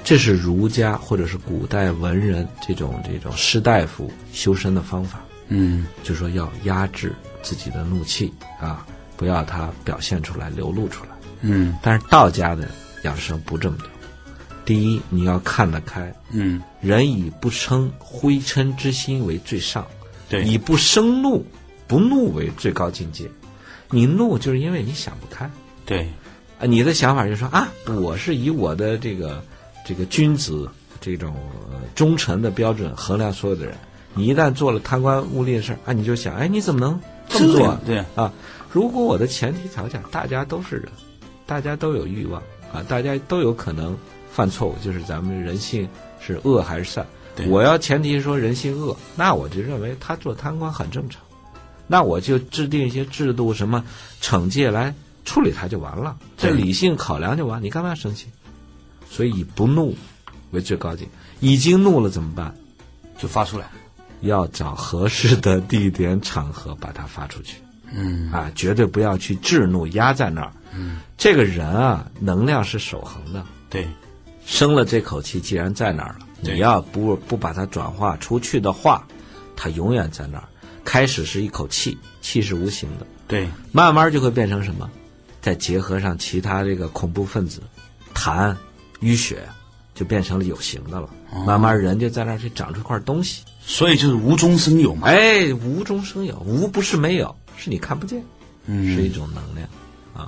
Speaker 3: 这是儒家或者是古代文人这种这种士大夫修身的方法，
Speaker 2: 嗯
Speaker 3: 就说要压制自己的怒气啊，不要它表现出来、流露出来。
Speaker 2: 嗯
Speaker 3: 但是道家的养生不这么讲，第一你要看得开，
Speaker 2: 嗯，
Speaker 3: 人以不生灰嗔之心为最上，
Speaker 2: 对，
Speaker 3: 以不生怒、不怒为最高境界。你怒就是因为你想不开
Speaker 2: 对，
Speaker 3: 啊，你的想法就是说啊，我是以我的这个这个君子这种、呃忠臣的标准衡量所有的人。你一旦做了贪官污吏的事儿啊，你就想，哎，你怎么能这么做啊？
Speaker 2: 对，
Speaker 3: 啊，如果我的前提条件，大家都是人，大家都有欲望啊，大家都有可能犯错误，就是咱们人性是恶还是善
Speaker 2: 对。
Speaker 3: 我要前提是说人性恶，那我就认为他做贪官很正常，那我就制定一些制度什么惩戒来处理他就完了，这
Speaker 2: 对
Speaker 3: 理性考量就完，你干嘛生气？所以以不怒为最高境，已经怒了怎么办？
Speaker 2: 就发出来，
Speaker 3: 要找合适的地点场合把它发出去。
Speaker 2: 嗯
Speaker 3: 啊，绝对不要去制怒压在那儿。嗯，这个人啊，能量是守恒的，
Speaker 2: 对，
Speaker 3: 生了这口气，既然在那儿了，
Speaker 2: 对
Speaker 3: 你要不不把它转化出去的话，它永远在那儿。开始是一口气，气是无形的，
Speaker 2: 对，
Speaker 3: 慢慢就会变成什么？再结合上其他这个恐怖分子、痰、淤血，就变成了有形的了。慢慢人就在那儿去长出一块东西。
Speaker 2: 所以就是无中生有嘛，
Speaker 3: 哎，无中生有，无不是没有，是你看不见，是一种能量。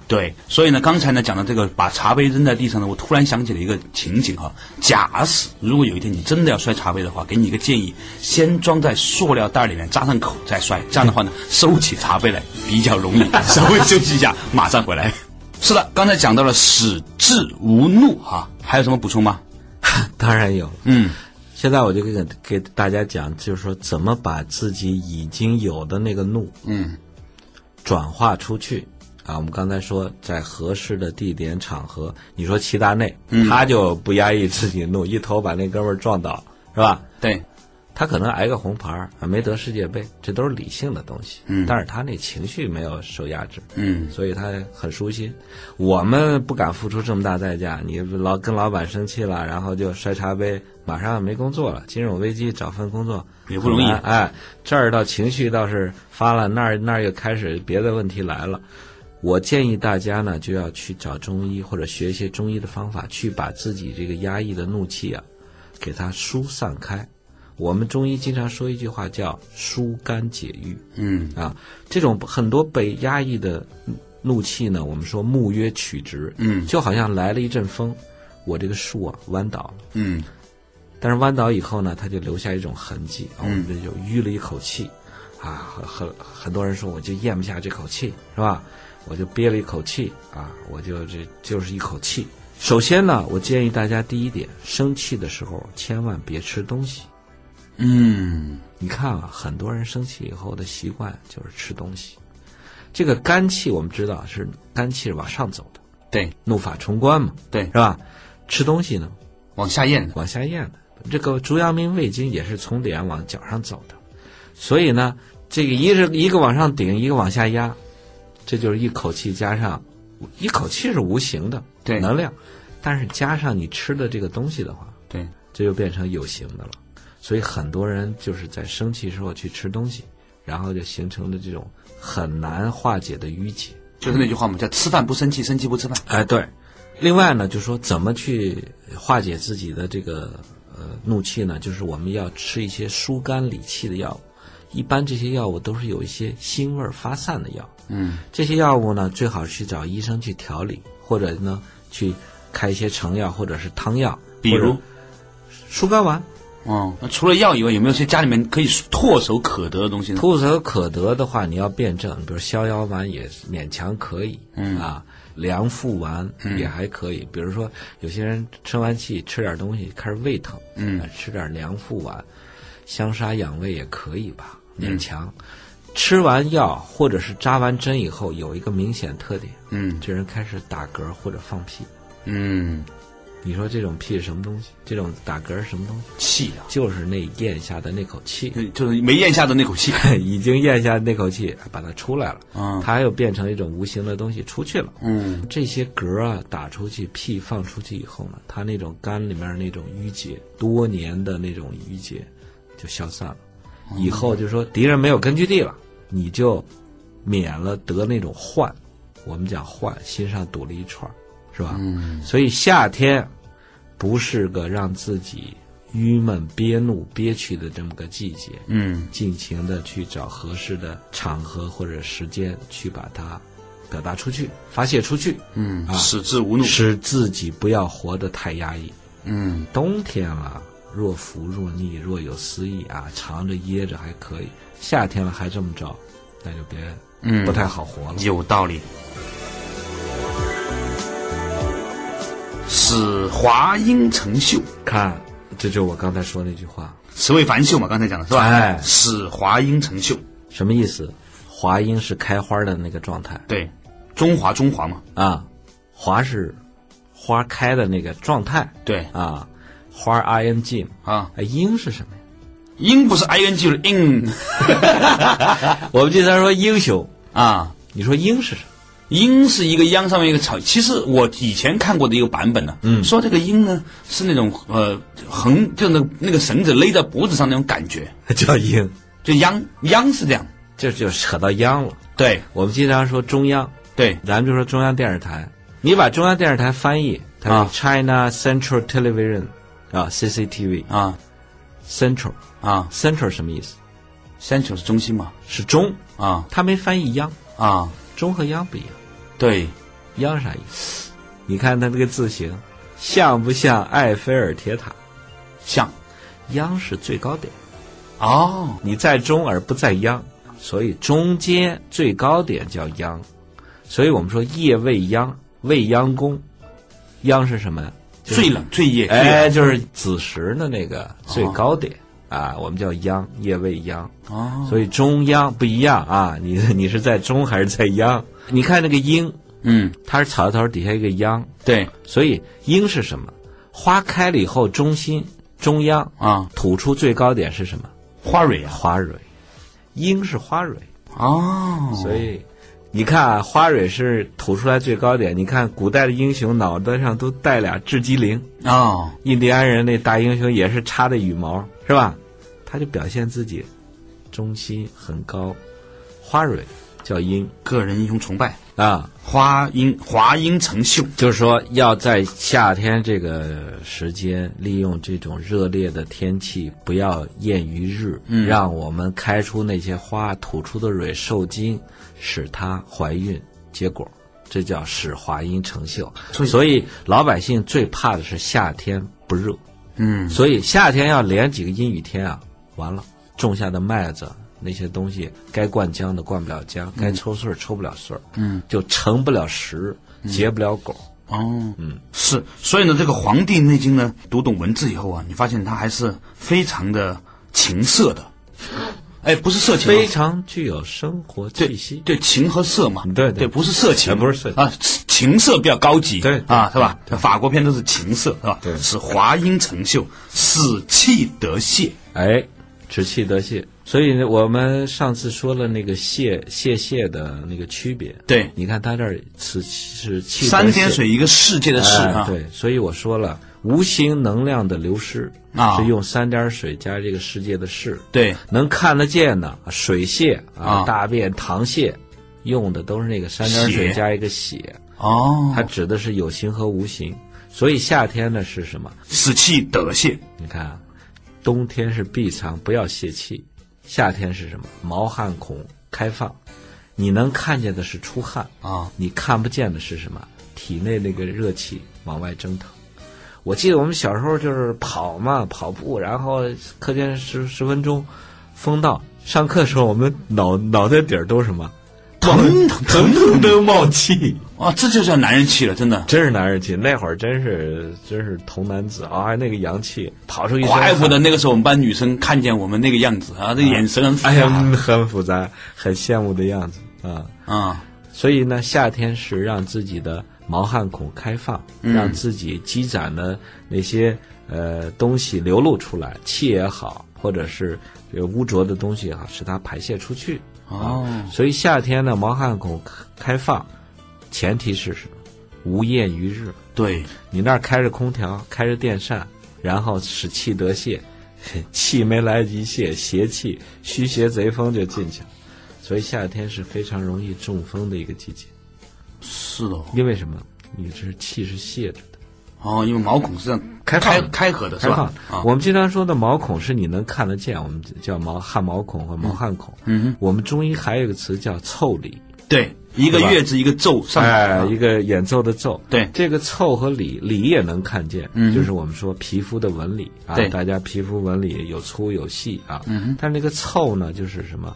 Speaker 2: 对，所以呢，刚才呢讲的这个把茶杯扔在地上呢，我突然想起了一个情景哈。假使如果有一天你真的要摔茶杯的话，给你一个建议，先装在塑料袋里面扎上口再摔，这样的话呢，收起茶杯来比较容易，稍微休息一下，马上回来。是的，刚才讲到了矢志无怒哈、还有什么补充吗？
Speaker 3: 当然有。
Speaker 2: 嗯，
Speaker 3: 现在我就给给大家讲，就是说怎么把自己已经有的那个怒，
Speaker 2: 嗯，
Speaker 3: 转化出去啊。我们刚才说，在合适的地点场合，你说齐达内，他就不压抑自己怒，一 头把那哥们儿撞倒，是吧？
Speaker 2: 对，
Speaker 3: 他可能挨个红牌儿，啊没得世界杯，这都是理性的东西。嗯，但是他那情绪没有受压制，
Speaker 2: 嗯
Speaker 3: 所以他很舒心。我们不敢付出这么大代价，你老跟老板生气了，然后就摔茶杯，马上没工作了，金融危机找份工作
Speaker 2: 也不容易
Speaker 3: 很难哎，这儿倒情绪倒是发了，那儿那儿又开始别的问题来了。我建议大家呢，就要去找中医或者学一些中医的方法，去把自己这个压抑的怒气啊，给它疏散开。我们中医经常说一句话叫“疏肝解郁”，
Speaker 2: 嗯
Speaker 3: 啊，这种很多被压抑的怒气呢，我们说木曰曲直，
Speaker 2: 嗯
Speaker 3: 就好像来了一阵风，我这个树啊弯倒了，
Speaker 2: 嗯
Speaker 3: 但是弯倒以后呢，它就留下一种痕迹，啊、我们这就吁了一口气，啊，很很很多人说我就咽不下这口气，是吧？我就憋了一口气啊，我就这就是一口气。首先呢，我建议大家第一点，生气的时候千万别吃东西。
Speaker 2: 嗯，
Speaker 3: 你看啊，很多人生气以后的习惯就是吃东西。这个肝气我们知道是肝气是往上走的，
Speaker 2: 对
Speaker 3: 怒发冲冠嘛，
Speaker 2: 对
Speaker 3: 是吧？吃东西呢，
Speaker 2: 往下咽的。
Speaker 3: 往下咽的。这个足阳明胃经也是从脸往脚上走的，所以呢，这个一是一个往上顶，一个往下压，这就是一口气加上，一口气是无形的
Speaker 2: 对
Speaker 3: 能量，但是加上你吃的这个东西的话，
Speaker 2: 对，
Speaker 3: 这就变成有形的了。所以很多人就是在生气时候去吃东西，然后就形成的这种很难化解的淤结。
Speaker 2: 就是那句话嘛，叫吃饭不生气，生气不吃饭。
Speaker 3: 哎，对。另外呢，就说怎么去化解自己的这个呃怒气呢？就是我们要吃一些疏肝理气的药物。一般这些药物都是有一些腥味儿发散的药。
Speaker 2: 嗯，
Speaker 3: 这些药物呢，最好去找医生去调理，或者呢去开一些成药或者是汤药，
Speaker 2: 比如
Speaker 3: 或者疏肝丸。
Speaker 2: 哦，那除了药以外，有没有些家里面可以唾手可得的东西呢？
Speaker 3: 吐手可得的话，你要辩证，比如逍遥丸也勉强可以，嗯啊，凉腹丸也还可以。比如说，有些人生完气吃点东西开始胃疼，嗯、吃点凉腹丸，香砂养胃也可以吧，勉强。吃完药或者是扎完针以后，有一个明显特点，
Speaker 2: 嗯
Speaker 3: 这人开始打嗝或者放屁。
Speaker 2: 嗯，
Speaker 3: 你说这种屁是什么东西？这种打嗝是什么东西？
Speaker 2: 气啊，
Speaker 3: 就是那咽下的那口气。
Speaker 2: 就就是没咽下的那口气。
Speaker 3: 已经咽下那口气，把它出来了，
Speaker 2: 嗯
Speaker 3: 它又变成一种无形的东西出去了。
Speaker 2: 嗯
Speaker 3: 这些嗝啊打出去，屁放出去以后呢，它那种肝里面那种淤结，多年的那种淤结就消散了。
Speaker 2: 嗯
Speaker 3: 以后就说敌人没有根据地了，你就免了得那种患。我们讲患，心上堵了一串儿，是吧？
Speaker 2: 嗯
Speaker 3: 所以夏天不是个让自己郁闷、憋怒、憋屈的这么个季节。
Speaker 2: 嗯，
Speaker 3: 尽情的去找合适的场合或者时间去把它表达出去、发泄出去，
Speaker 2: 嗯，
Speaker 3: 啊
Speaker 2: 矢志无怒。
Speaker 3: 使自己不要活得太压抑。
Speaker 2: 嗯
Speaker 3: 冬天了，若浮若逆，若有思意啊，藏着掖着还可以；夏天了还这么着，那就别
Speaker 2: 嗯
Speaker 3: 不太好活了。
Speaker 2: 有道理。使华英成秀，
Speaker 3: 看，这就是我刚才说那句话，
Speaker 2: 此谓繁秀嘛，刚才讲的是吧？
Speaker 3: 哎
Speaker 2: 使华英成秀，
Speaker 3: 什么意思？华英是开花的那个状态
Speaker 2: 对，中华中华嘛，
Speaker 3: 啊，华是花开的那个状态
Speaker 2: 对
Speaker 3: 啊，花 i n g 嘛
Speaker 2: 啊，
Speaker 3: 哎，鹰是什么呀？
Speaker 2: 英不是 i n 就是 in
Speaker 3: 我们经常说英雄，
Speaker 2: 啊，
Speaker 3: 你说鹰是什么？
Speaker 2: 鹰是一个秧上面一个草，其实我以前看过的一个版本呢，嗯，说这个鹰呢是那种呃横，就那个那个绳子勒在脖子上那种感觉，
Speaker 3: 叫鹰，
Speaker 2: 就秧秧是这样，
Speaker 3: 这就扯到央了。
Speaker 2: 对
Speaker 3: 我们经常说中央，
Speaker 2: 对，
Speaker 3: 咱们就说中央电视台。你把中央电视台翻译，它
Speaker 2: 啊
Speaker 3: 是 China Central Television 啊，CCTV
Speaker 2: 啊
Speaker 3: Central
Speaker 2: 啊
Speaker 3: Central 什么意思？
Speaker 2: 三球是中心嘛，
Speaker 3: 是中，
Speaker 2: 啊
Speaker 3: 它没翻译央，
Speaker 2: 啊，
Speaker 3: 中和央不一样，
Speaker 2: 对，
Speaker 3: 央是啥意思？你看它这个字形，像不像埃菲尔铁塔？
Speaker 2: 像
Speaker 3: 央是最高点。
Speaker 2: 哦，
Speaker 3: 你在中而不在央，所以中间最高点叫央，所以我们说夜未央，未央宫，央是什么呀？就是
Speaker 2: 最冷最夜最冷
Speaker 3: 哎，就是子时的那个最高点、啊，我们叫央，夜未央。
Speaker 2: 哦，
Speaker 3: 所以中央不一样啊，你你是在中还是在央？你看那个鹰，
Speaker 2: 嗯，
Speaker 3: 它是草字头底下一个央，
Speaker 2: 对
Speaker 3: 所以鹰是什么？花开了以后，中心中央
Speaker 2: 啊，
Speaker 3: 吐出最高点是什么？
Speaker 2: 花蕊啊，
Speaker 3: 花蕊，鹰是花蕊，
Speaker 2: 哦，
Speaker 3: 所以你看啊，花蕊是吐出来最高点。你看古代的英雄脑袋上都带俩雉鸡翎，
Speaker 2: 哦，
Speaker 3: 印第安人那大英雄也是插的羽毛，是吧？他就表现自己中心很高，花蕊叫鹰
Speaker 2: 个人英雄崇拜，
Speaker 3: 啊。
Speaker 2: 花英华英成秀，
Speaker 3: 就是说，要在夏天这个时间，利用这种热烈的天气，不要厌于日，
Speaker 2: 嗯
Speaker 3: 让我们开出那些花吐出的蕊受精，使它怀孕结果，这叫使华阴成秀。
Speaker 2: 所以
Speaker 3: 所以老百姓最怕的是夏天不热，
Speaker 2: 嗯，
Speaker 3: 所以夏天要连几个阴雨天啊，完了种下的麦子那些东西，该灌浆的灌不了浆，
Speaker 2: 嗯
Speaker 3: 该抽穗儿抽不了穗儿，嗯，就成不了实，
Speaker 2: 嗯
Speaker 3: 结不了果。
Speaker 2: 哦，嗯，是，所以呢，这个《黄帝内经》呢，读懂文字以后啊，你发现它还是非常的情色的，哎，不是色情啊、
Speaker 3: 非常具有生活气息。
Speaker 2: 对情和色嘛，
Speaker 3: 对对
Speaker 2: 对，不是色情，
Speaker 3: 哎不是色情
Speaker 2: 啊，情琴瑟比较高级，
Speaker 3: 对
Speaker 2: 啊，是吧？法国片都是琴瑟，是吧？
Speaker 3: 对
Speaker 2: 是华英成秀，死气得谢。
Speaker 3: 哎，直气得泄。所以呢，我们上次说了那个泄泄泄的那个区别。
Speaker 2: 对
Speaker 3: 你看他这儿此是气得
Speaker 2: 三点
Speaker 3: 泄
Speaker 2: 水一个世界的世
Speaker 3: 哎
Speaker 2: 啊，
Speaker 3: 对，所以我说了，无形能量的流失
Speaker 2: 啊
Speaker 3: 是用三点水加这个世界的世，
Speaker 2: 对
Speaker 3: 能看得见的水泄
Speaker 2: 啊
Speaker 3: 大便、溏泻，用的都是那个三点水
Speaker 2: 血
Speaker 3: 加一个血，
Speaker 2: 哦
Speaker 3: 它，指的是有形和无形。所以夏天呢是什么？
Speaker 2: 死气得谢，
Speaker 3: 你看，啊，冬天是闭藏，不要泄气；夏天是什么？毛汗孔开放。你能看见的是出汗
Speaker 2: 啊，
Speaker 3: 你看不见的是什么？体内那个热气往外蒸腾。我记得我们小时候就是跑嘛，跑步，然后课间十十分钟，风道。上课的时候，我们脑脑袋底儿都是什么？
Speaker 2: 腾
Speaker 3: 腾腾的冒气。
Speaker 2: 啊，这就叫男人气了，真的。
Speaker 3: 真是男人气，那会儿真是真是童男子啊，那个洋气，跑出一身汗
Speaker 2: 怪不得那个时候我们班女生看见我们那个样子啊，这眼神很复杂
Speaker 3: 哎呀，嗯很复杂，很羡慕的样子啊。
Speaker 2: 啊，
Speaker 3: 所以呢，夏天是让自己的毛汗孔开放，让自己积攒的那些呃东西流露出来，气也好，或者是这个污浊的东西也好，使它排泄出去。
Speaker 2: 哦
Speaker 3: 啊，所以夏天呢，毛汗孔开开放，前提是什么？无厌于日。
Speaker 2: 对，
Speaker 3: 你那儿开着空调，开着电扇，然后使气得泄，气没来得及泄，邪气、虚邪、贼风就进去了。所以夏天是非常容易中风的一个季节，
Speaker 2: 是哦，
Speaker 3: 因为什么？你这是气是泄着的，
Speaker 2: 哦，因为毛孔是这样
Speaker 3: 开放
Speaker 2: 开
Speaker 3: 的
Speaker 2: 开合的是
Speaker 3: 开放
Speaker 2: 吧
Speaker 3: 的。？
Speaker 2: 啊，
Speaker 3: 我们经常说的毛孔是你能看得见，我们叫毛汗毛孔或毛汗孔。
Speaker 2: 嗯哼，
Speaker 3: 我们中医还有一个词叫凑理，
Speaker 2: 对，一个
Speaker 3: 对吧
Speaker 2: 月字一个皱上来
Speaker 3: 哎，
Speaker 2: 啊
Speaker 3: 一个演奏的奏，
Speaker 2: 对
Speaker 3: 这个凑和理，理也能看见，
Speaker 2: 嗯
Speaker 3: 就是我们说皮肤的纹理啊
Speaker 2: 对，
Speaker 3: 大家皮肤纹理有粗有细啊，嗯，但是那个凑呢，就是什么，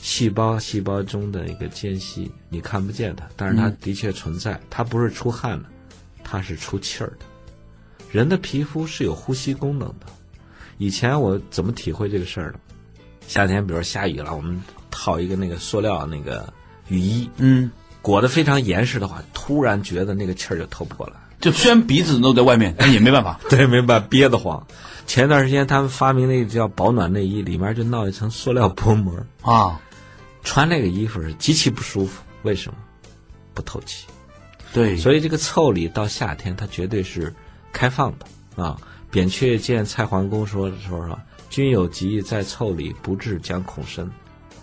Speaker 3: 细胞细胞中的一个间隙，你看不见它，但是
Speaker 2: 嗯
Speaker 3: 它的确存在，它不是出汗的，它是出气儿的。人的皮肤是有呼吸功能的，以前我怎么体会这个事儿呢？夏天，比如下雨了，我们套一个那个塑料那个雨衣，
Speaker 2: 嗯，
Speaker 3: 裹得非常严实的话，突然觉得那个气儿就透不过来，
Speaker 2: 就虽然鼻子露在外面，但也没办法。
Speaker 3: 对，没办法，憋得慌。前段时间他们发明那个叫保暖内衣，里面就闹一层塑料薄膜，
Speaker 2: 啊，
Speaker 3: 穿那个衣服是极其不舒服。为什么？不透气。
Speaker 2: 对，
Speaker 3: 所以这个凑理到夏天，它绝对是开放的啊。扁鹊见蔡桓公说说说，君有疾疫在凑理，不治将恐深。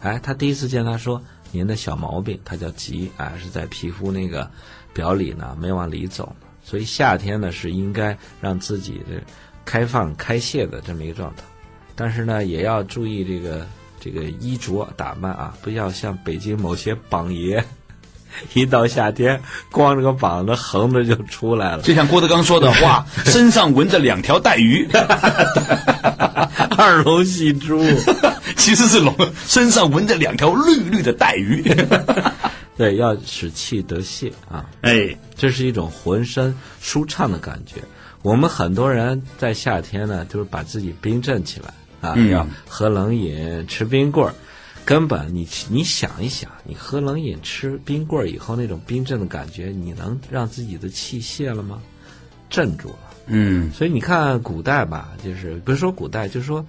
Speaker 3: 哎，他第一次见他说，您的小毛病，它叫疾，哎，是在皮肤那个表里呢，没往里走。所以夏天呢，是应该让自己的开放开泄的这么一个状态，但是呢，也要注意这个这个衣着打扮啊，不要像北京某些榜爷。 一到夏天，光着个膀子横着就出来了，
Speaker 2: 就像郭德纲说的，哇，身上纹着两条带鱼，
Speaker 3: 二龙戏珠。
Speaker 2: 其实是龙，身上纹着两条绿绿的带 鱼。
Speaker 3: 对，要使气得泄啊，
Speaker 2: 哎，
Speaker 3: 这是一种浑身舒畅的感觉。我们很多人在夏天呢，就是把自己冰镇起来啊，
Speaker 2: 嗯
Speaker 3: 要喝冷饮、吃冰棍儿。根本你你想一想，你喝冷饮、吃冰棍儿以后那种冰镇的感觉，你能让自己的气泄了吗？镇住了。
Speaker 2: 嗯，
Speaker 3: 所以你看古代吧，就是不是说古代，就是说，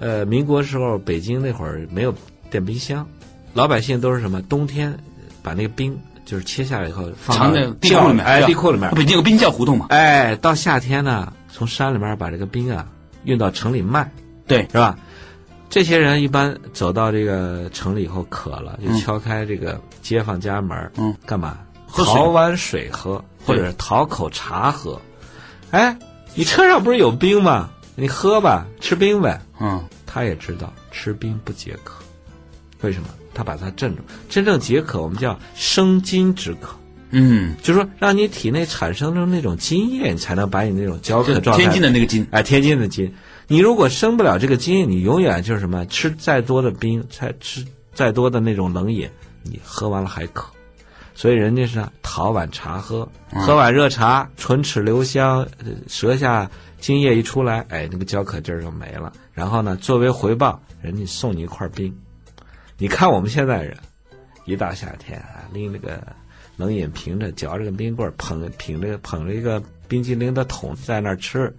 Speaker 3: 呃，民国时候北京那会儿没有电冰箱，老百姓都是什么冬天把那个冰就是切下来以后放
Speaker 2: 藏
Speaker 3: 到
Speaker 2: 在地
Speaker 3: 窖
Speaker 2: 库里面，
Speaker 3: 哎，
Speaker 2: 对吧
Speaker 3: 地库里面，
Speaker 2: 北京有个冰窖胡同嘛，
Speaker 3: 哎，到夏天呢，从山里面把这个冰啊运到城里卖，
Speaker 2: 对
Speaker 3: 是吧？这些人一般走到这个城里以后渴了，就敲开这个街坊家门，
Speaker 2: 嗯，
Speaker 3: 干嘛？
Speaker 2: 喝水
Speaker 3: 讨碗水喝，或
Speaker 2: 对
Speaker 3: 者讨口茶喝。哎，你车上不是有冰吗？你喝吧，吃冰呗。
Speaker 2: 嗯，
Speaker 3: 他也知道吃冰不解渴，为什么？他把它镇住。真正解渴，我们叫生津止渴。
Speaker 2: 嗯，
Speaker 3: 就是说让你体内产生出那种津液，你才能把你那种焦渴
Speaker 2: 就
Speaker 3: 状态。
Speaker 2: 呃天津的那个津，
Speaker 3: 哎，天津的津，你如果生不了这个津，你永远就是什么，吃再多的冰，再吃再多的那种冷饮，你喝完了还渴。所以人家是啊讨碗茶喝，喝碗热茶，唇齿留香，呃舌下津液一出来，哎，那个焦渴劲儿就没了。然后呢，作为回报，人家送你一块冰。你看我们现在人，一到夏天啊，拎那个冷饮瓶着，嚼着个冰棍儿，捧捧着捧着一个冰激凌的桶在那儿吃。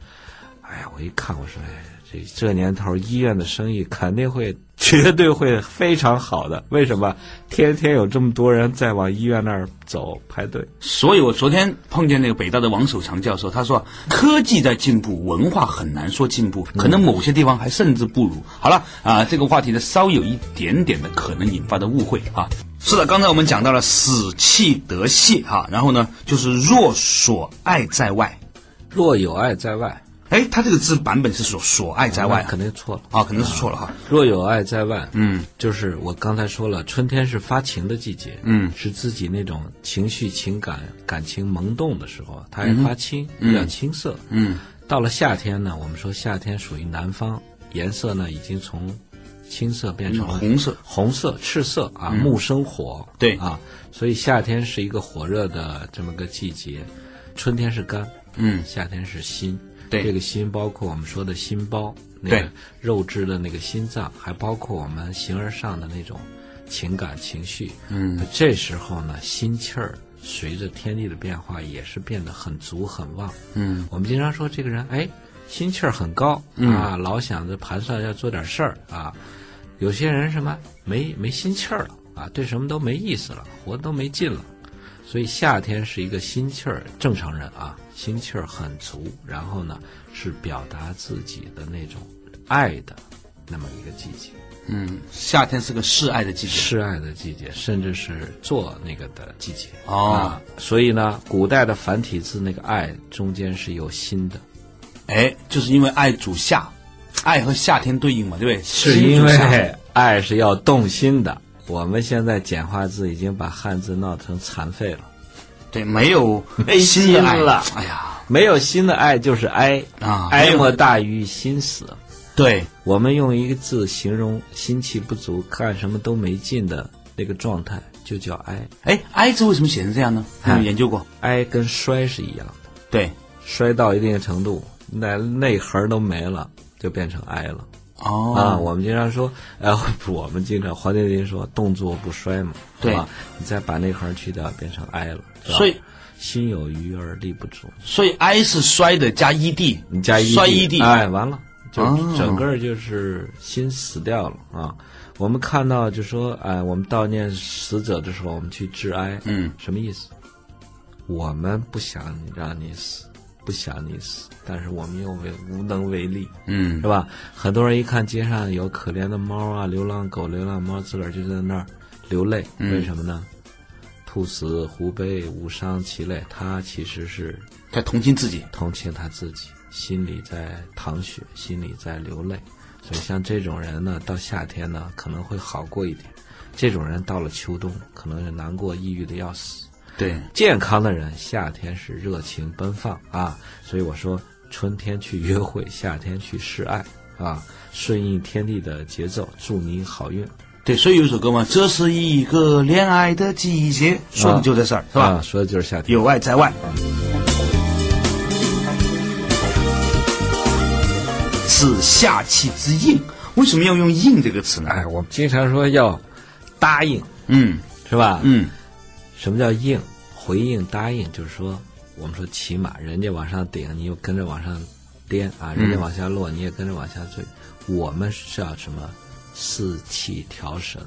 Speaker 3: 哎呀，我一看，我说，哎，这这年头医院的生意肯定会，绝对会非常好的。为什么？天天有这么多人在往医院那儿走排队。
Speaker 2: 所以我昨天碰见那个北大的王守常教授，他说科技在进步，文化很难说进步，可能
Speaker 3: 嗯
Speaker 2: 某些地方还甚至不如。好了啊、这个话题呢稍有一点点的可能引发的误会啊。是的，刚才我们讲到了死气得泄哈、然后呢就是若所爱在外，
Speaker 3: 若有爱在外，
Speaker 2: 哎，他这个字版本是所所爱在外
Speaker 3: 那
Speaker 2: 啊
Speaker 3: 肯定错了。
Speaker 2: 啊，可能是错了哈。
Speaker 3: 若有爱在外，
Speaker 2: 嗯，
Speaker 3: 就是我刚才说了，春天是发情的季节，
Speaker 2: 嗯
Speaker 3: 是自己那种情绪、情感、感情萌动的时候，它爱发青，比较青涩。
Speaker 2: 嗯
Speaker 3: 到了夏天呢，我们说夏天属于南方，颜色呢已经从青色变成了
Speaker 2: 嗯红色
Speaker 3: 红色、赤色啊，木生火，
Speaker 2: 对
Speaker 3: 啊，所以夏天是一个火热的这么个季节，春天是肝，
Speaker 2: 嗯
Speaker 3: 夏天是心，
Speaker 2: 对
Speaker 3: 这个心包括我们说的心包，那
Speaker 2: 对
Speaker 3: 个肉质的那个心脏，还包括我们形而上的那种情感情绪。
Speaker 2: 嗯，
Speaker 3: 这时候呢，心气儿随着天地的变化也是变得很足很旺。
Speaker 2: 嗯，
Speaker 3: 我们经常说这个人哎，心气儿很高、啊，老想着盘算要做点事儿啊。有些人什么没没心气儿了啊，对什么都没意思了，活都没劲了。所以夏天是一个心气儿，正常人啊，心气儿很足，然后呢是表达自己的那种爱的那么一个季节。
Speaker 2: 嗯，夏天是个示爱的季节。
Speaker 3: 示爱的季节，甚至是做那个的季节
Speaker 2: 哦
Speaker 3: 啊所以呢，古代的繁体字那个“爱”中间是有“心”的，
Speaker 2: 哎，就是因为爱主夏，爱和夏天对应嘛，对不对？
Speaker 3: 是因
Speaker 2: 心主夏
Speaker 3: 为爱是要动心的。我们现在简化字已经把汉字闹成残废了，
Speaker 2: 对没有新
Speaker 3: 心
Speaker 2: 的爱
Speaker 3: 了
Speaker 2: 哎呀，
Speaker 3: 没有心的爱就是哀
Speaker 2: 啊没
Speaker 3: 哀
Speaker 2: 有
Speaker 3: 莫大于心死。
Speaker 2: 对，
Speaker 3: 我们用一个字形容心气不足、干什么都没劲的那个状态，就叫哀。
Speaker 2: 哎，哀字为什么写成这样呢？你有
Speaker 3: 哎
Speaker 2: 研究过？
Speaker 3: 哀跟衰是一样的。
Speaker 2: 对，
Speaker 3: 摔到一定程度，那内核都没了，就变成癌了、
Speaker 2: 哦，
Speaker 3: 啊！我们经常说，呃， 我们经常《黄帝内经》说“动作不衰”嘛，
Speaker 2: 对
Speaker 3: 是吧？你再把内核去掉，变成癌了。是吧
Speaker 2: 所以，
Speaker 3: 心有余而力不足，
Speaker 2: 所以哀是衰的加 E ed，
Speaker 3: 你加一
Speaker 2: 衰 ed，、
Speaker 3: 哎，完了，就
Speaker 2: 哦
Speaker 3: 整个就是心死掉了啊！我们看到就说，哎，我们悼念死者的时候，我们去致哀，
Speaker 2: 嗯，
Speaker 3: 什么意思？我们不想让你死，不想你死，但是我们又为无能为力，
Speaker 2: 嗯
Speaker 3: 是吧？很多人一看街上有可怜的猫啊、流浪狗、流浪猫，自个儿就在那儿流泪，
Speaker 2: 嗯
Speaker 3: 为什么呢？兔死狐悲，无伤其类。它其实是
Speaker 2: 在同情自己。
Speaker 3: 同情他自己，心里在淌血，心里在流泪。所以像这种人呢，到夏天呢可能会好过一点。这种人到了秋冬，可能是难过、抑郁的要死。
Speaker 2: 对，
Speaker 3: 健康的人，夏天是热情奔放啊。所以我说，春天去约会，夏天去示爱啊，顺应天地的节奏，祝你好运，
Speaker 2: 对，所以有一首歌嘛，这是一个恋爱的季节，说的就这事儿，是吧？
Speaker 3: 啊，说的就是夏天。
Speaker 2: 有爱在外。是夏气之应，为什么要用“应”这个词呢？
Speaker 3: 哎，我们经常说要答应，
Speaker 2: 嗯
Speaker 3: 是吧？
Speaker 2: 嗯，
Speaker 3: 什么叫应？回应、答应，就是说，我们说骑马，人家往上顶，你又跟着往上颠啊；人家往下落，你也跟着往下坠。我们是要什么？四气调神，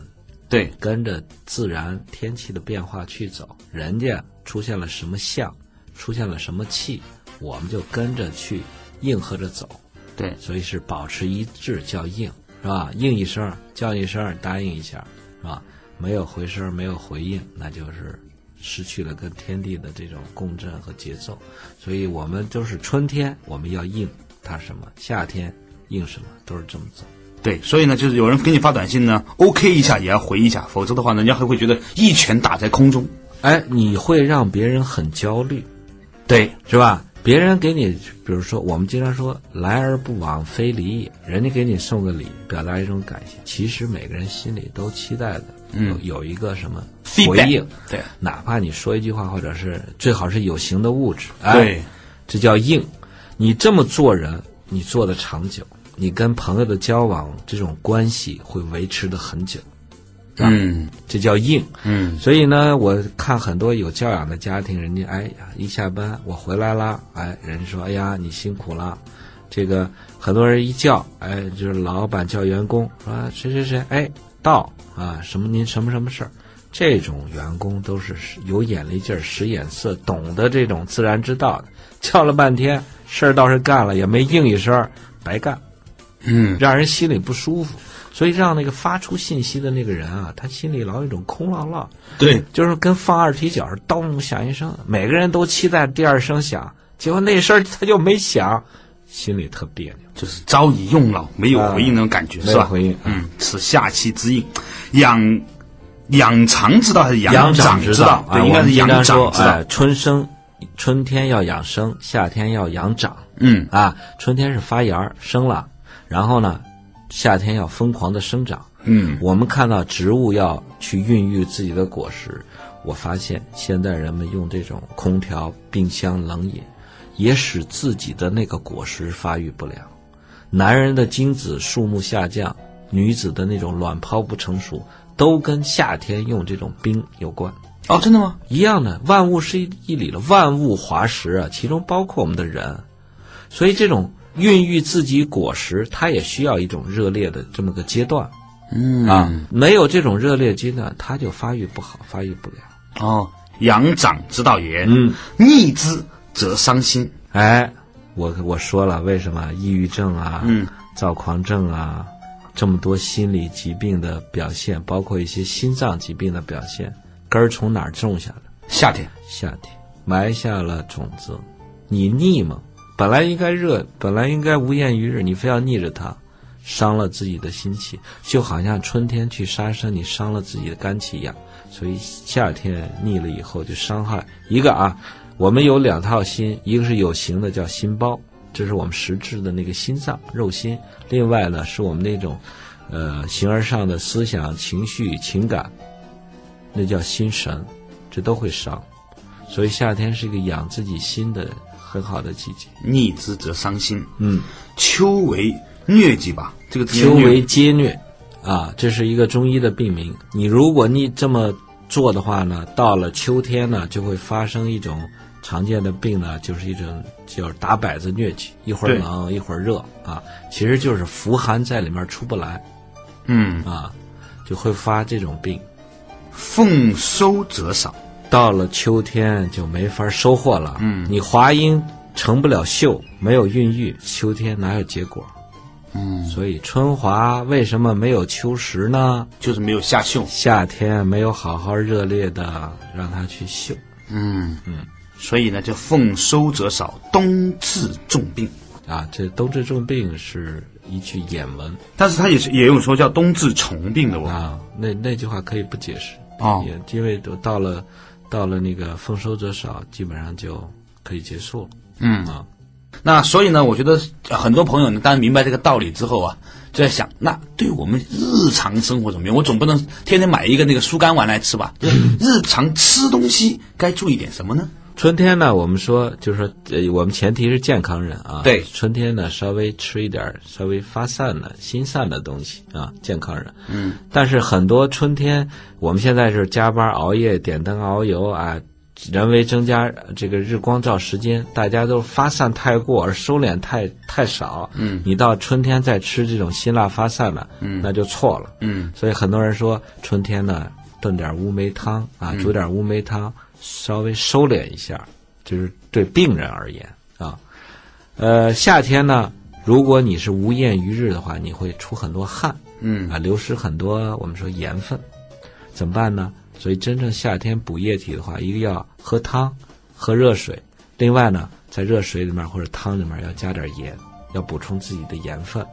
Speaker 2: 对，
Speaker 3: 跟着自然天气的变化去走。人家出现了什么象，出现了什么气，我们就跟着去应和着走。
Speaker 2: 对，
Speaker 3: 所以是保持一致叫应，是吧？应一声，叫一声，答应一下，是吧？没有回声，没有回应，那就是失去了跟天地的这种共振和节奏。所以我们就是春天，我们要应它什么，夏天应什么，都是这么走。
Speaker 2: 对，所以呢，就是有人给你发短信呢，OK 一下也要回一下，否则的话呢，人家还会觉得一拳打在空中。
Speaker 3: 哎，你会让别人很焦虑，
Speaker 2: 对，
Speaker 3: 是吧？别人给你，比如说我们经常说“来而不往非礼也”，人家给你送个礼，表达一种感谢。其实每个人心里都期待的，有有一个什么回
Speaker 2: 嗯 Feedback，
Speaker 3: 应，
Speaker 2: 对，
Speaker 3: 哪怕你说一句话，或者是最好是有形的物质，
Speaker 2: 对
Speaker 3: 哎，这叫应。你这么做人，你做的长久，你跟朋友的交往这种关系会维持的很久。是吧？
Speaker 2: 嗯
Speaker 3: 这叫硬。
Speaker 2: 嗯
Speaker 3: 所以呢，我看很多有教养的家庭，人家哎呀，一下班我回来啦，哎，人说哎呀你辛苦啦，这个很多人一叫，哎，就是老板叫员工啊，谁谁谁，哎到啊，什么您什么什么事儿，这种员工都是有眼力劲儿、使眼色、懂得这种自然之道的，叫了半天事儿倒是干了，也没应一声儿，白干。
Speaker 2: 嗯
Speaker 3: 让人心里不舒服。所以让那个发出信息的那个人啊，他心里老有一种空落落，
Speaker 2: 对，
Speaker 3: 就是跟放二踢脚似的，咚响一声，每个人都期待第二声响，结果那声儿他就没响，心里特别扭，
Speaker 2: 就是早已用老，没有回应那种感觉，
Speaker 3: 哎
Speaker 2: 是
Speaker 3: 没有
Speaker 2: 吧？
Speaker 3: 回应。
Speaker 2: 嗯，此下气之应，养养长之道还是养长
Speaker 3: 之
Speaker 2: 道？
Speaker 3: 啊，
Speaker 2: 对，应该是养
Speaker 3: 养
Speaker 2: 长之道。
Speaker 3: 哎春生，春天要养生，夏天要养长
Speaker 2: 嗯
Speaker 3: 啊。春天是发芽儿生了，然后呢，夏天要疯狂的生长。
Speaker 2: 嗯
Speaker 3: 我们看到植物要去孕育自己的果实，我发现现在人们用这种空调、冰箱、冷饮，也使自己的那个果实发育不良。男人的精子数目下降，女子的那种卵泡不成熟，都跟夏天用这种冰有关。
Speaker 2: 哦，真的吗？
Speaker 3: 一样的，万物是一一理了，万物华实啊，其中包括我们的人，所以这种孕育自己果实，它也需要一种热烈的这么个阶段。
Speaker 2: 嗯
Speaker 3: 啊，没有这种热烈阶段，它就发育不好，发育不良。
Speaker 2: 哦，养长之道也。
Speaker 3: 嗯，
Speaker 2: 逆之则伤心。
Speaker 3: 哎，我我说了，为什么抑郁症啊，
Speaker 2: 嗯，
Speaker 3: 躁狂症啊，这么多心理疾病的表现，包括一些心脏疾病的表现，根儿从哪儿种下的？
Speaker 2: 夏天，
Speaker 3: 夏天埋下了种子，你逆吗？本来应该热，本来应该无厌于日，你非要逆着它，伤了自己的心气，就好像春天去杀生，你伤了自己的肝气一样。所以夏天逆了以后，就伤害一个啊。我们有两套心，一个是有形的叫心包，这是我们实质的那个心脏肉心；另外呢，是我们那种，呃，形而上的思想、情绪、情感，那叫心神，这都会伤。所以夏天是一个养自己心的很好的季节。
Speaker 2: 逆之则伤心。
Speaker 3: 嗯，
Speaker 2: 秋为疟疾吧，这个字
Speaker 3: 秋
Speaker 2: 念疟
Speaker 3: 为皆疟，啊，这是一个中医的病名。你如果你这么做的话呢，到了秋天呢，就会发生一种常见的病呢，就是一种就是打摆子疟疾，一会儿
Speaker 2: 对
Speaker 3: 冷一会儿热啊，其实就是伏寒在里面出不来
Speaker 2: 嗯，
Speaker 3: 啊，就会发这种病。
Speaker 2: 丰收则少。
Speaker 3: 到了秋天就没法收获了。嗯，你华阴成不了秀，没有孕育，秋天哪有结果？嗯，所以春华为什么没有秋实呢？
Speaker 2: 就是没有下秀，
Speaker 3: 夏天没有好好热烈的让它去秀。
Speaker 2: 嗯嗯，所以呢，就丰收则少，冬至重病。
Speaker 3: 啊，这冬至重病是一句眼文
Speaker 2: 但是他也是也有说叫冬至重病的哦，
Speaker 3: 啊，那那句话可以不解释
Speaker 2: 哦
Speaker 3: 也因为都到了到了那个丰收者少，基本上就可以结束了。
Speaker 2: 嗯
Speaker 3: 啊，
Speaker 2: 那所以呢，我觉得呃很多朋友呢，当然明白这个道理之后啊，就在想，那对我们日常生活怎么样？我总不能天天买一个那个疏肝丸来吃吧？就是日常吃东西该注意点什么呢？
Speaker 3: 春天呢，我们说就是说，呃，我们前提是健康人啊。
Speaker 2: 对
Speaker 3: 春天呢，稍微吃一点儿稍微发散的、心散的东西啊，健康人。嗯。但是很多春天，我们现在是加班熬夜、点灯熬油啊，人为增加呃这个日光照时间，大家都发散太过而收敛太太少。嗯。你到春天再吃这种辛辣发散的，嗯，那就错了。
Speaker 2: 嗯，
Speaker 3: 所以很多人说春天呢，炖点乌梅汤啊，煮点乌梅汤，稍微收敛一下，就是对病人而言啊。呃，夏天呢，如果你是无厌于日的话，你会出很多汗，
Speaker 2: 嗯
Speaker 3: 啊，流失很多我们说盐分，怎么办呢？所以真正夏天补液体的话，一个要喝汤，喝热水，另外呢，在热水里面或者汤里面要加点盐，要补充自己的盐分。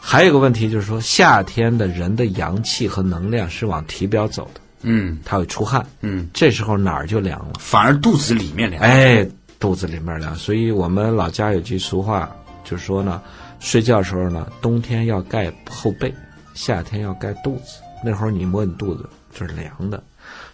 Speaker 3: 还有个问题就是说，夏天的人的阳气和能量是往体表走的，
Speaker 2: 嗯
Speaker 3: 他会出汗，
Speaker 2: 嗯，
Speaker 3: 这时候哪儿就凉了。
Speaker 2: 反而肚子里面凉。
Speaker 3: 哎，肚子里面凉。所以我们老家有句俗话，就说呢，睡觉时候呢，冬天要盖后背，夏天要盖肚子。那会儿你摸你肚子就是凉的，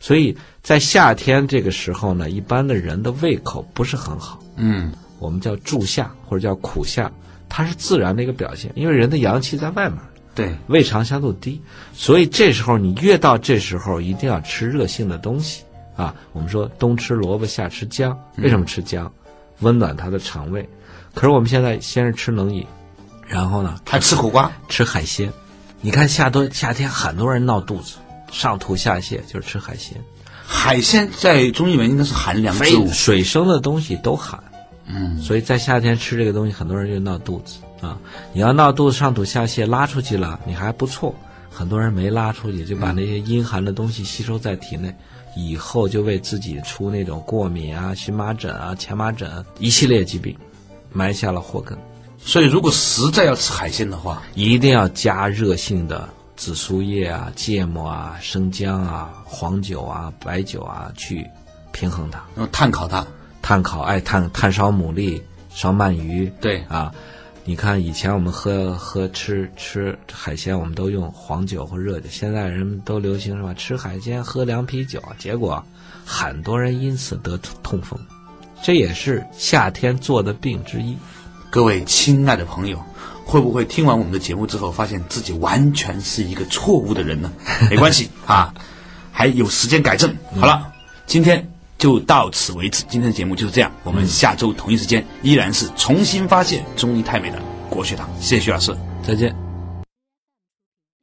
Speaker 3: 所以在夏天这个时候呢，一般的人的胃口不是很好，
Speaker 2: 嗯
Speaker 3: 我们叫助夏或者叫苦夏，它是自然的一个表现，因为人的阳气在外面。
Speaker 2: 对，
Speaker 3: 胃肠相对低，所以这时候你越到这时候一定要吃热性的东西啊。我们说冬吃萝卜夏吃姜，为什么吃姜？温暖他的肠胃。可是我们现在先是吃冷饮，然后呢
Speaker 2: 还吃苦瓜，
Speaker 3: 吃海鲜。你看夏多夏天很多人闹肚子，上吐下泻就是吃海鲜，
Speaker 2: 海鲜在中医里面应该是寒凉之物。
Speaker 3: 水生的东西都寒。嗯，所以在夏天吃这个东西，很多人就闹肚子啊。你要闹肚子上吐下泻，拉出去了你还不错，很多人没拉出去，就把那些阴寒的东西吸收在体内，以后就为自己出那种过敏啊、荨麻疹啊、荨麻疹一系列疾病埋下了祸根。
Speaker 2: 所以如果实在要吃海鲜的话，
Speaker 3: 一定要加热性的紫苏叶啊、芥末啊、生姜啊、黄酒啊、白酒啊去平衡它。
Speaker 2: 然后炭烤它。
Speaker 3: 炭烤，哎，炭炭烧牡蛎、烧鳗鱼，
Speaker 2: 对
Speaker 3: 啊。你看以前我们喝喝吃吃海鲜，我们都用黄酒或热酒，现在人都流行什么吃海鲜喝凉啤酒，结果很多人因此得痛风，这也是夏天做的病之一。
Speaker 2: 各位亲爱的朋友，会不会听完我们的节目之后，发现自己完全是一个错误的 人呢？没关系啊，还有时间改正。
Speaker 3: 嗯
Speaker 2: 好了，今天就到此为止，今天的节目就是这样。我们下周同一时间依然是重新发现中医太美的国学堂，谢谢徐老师。
Speaker 3: 再见。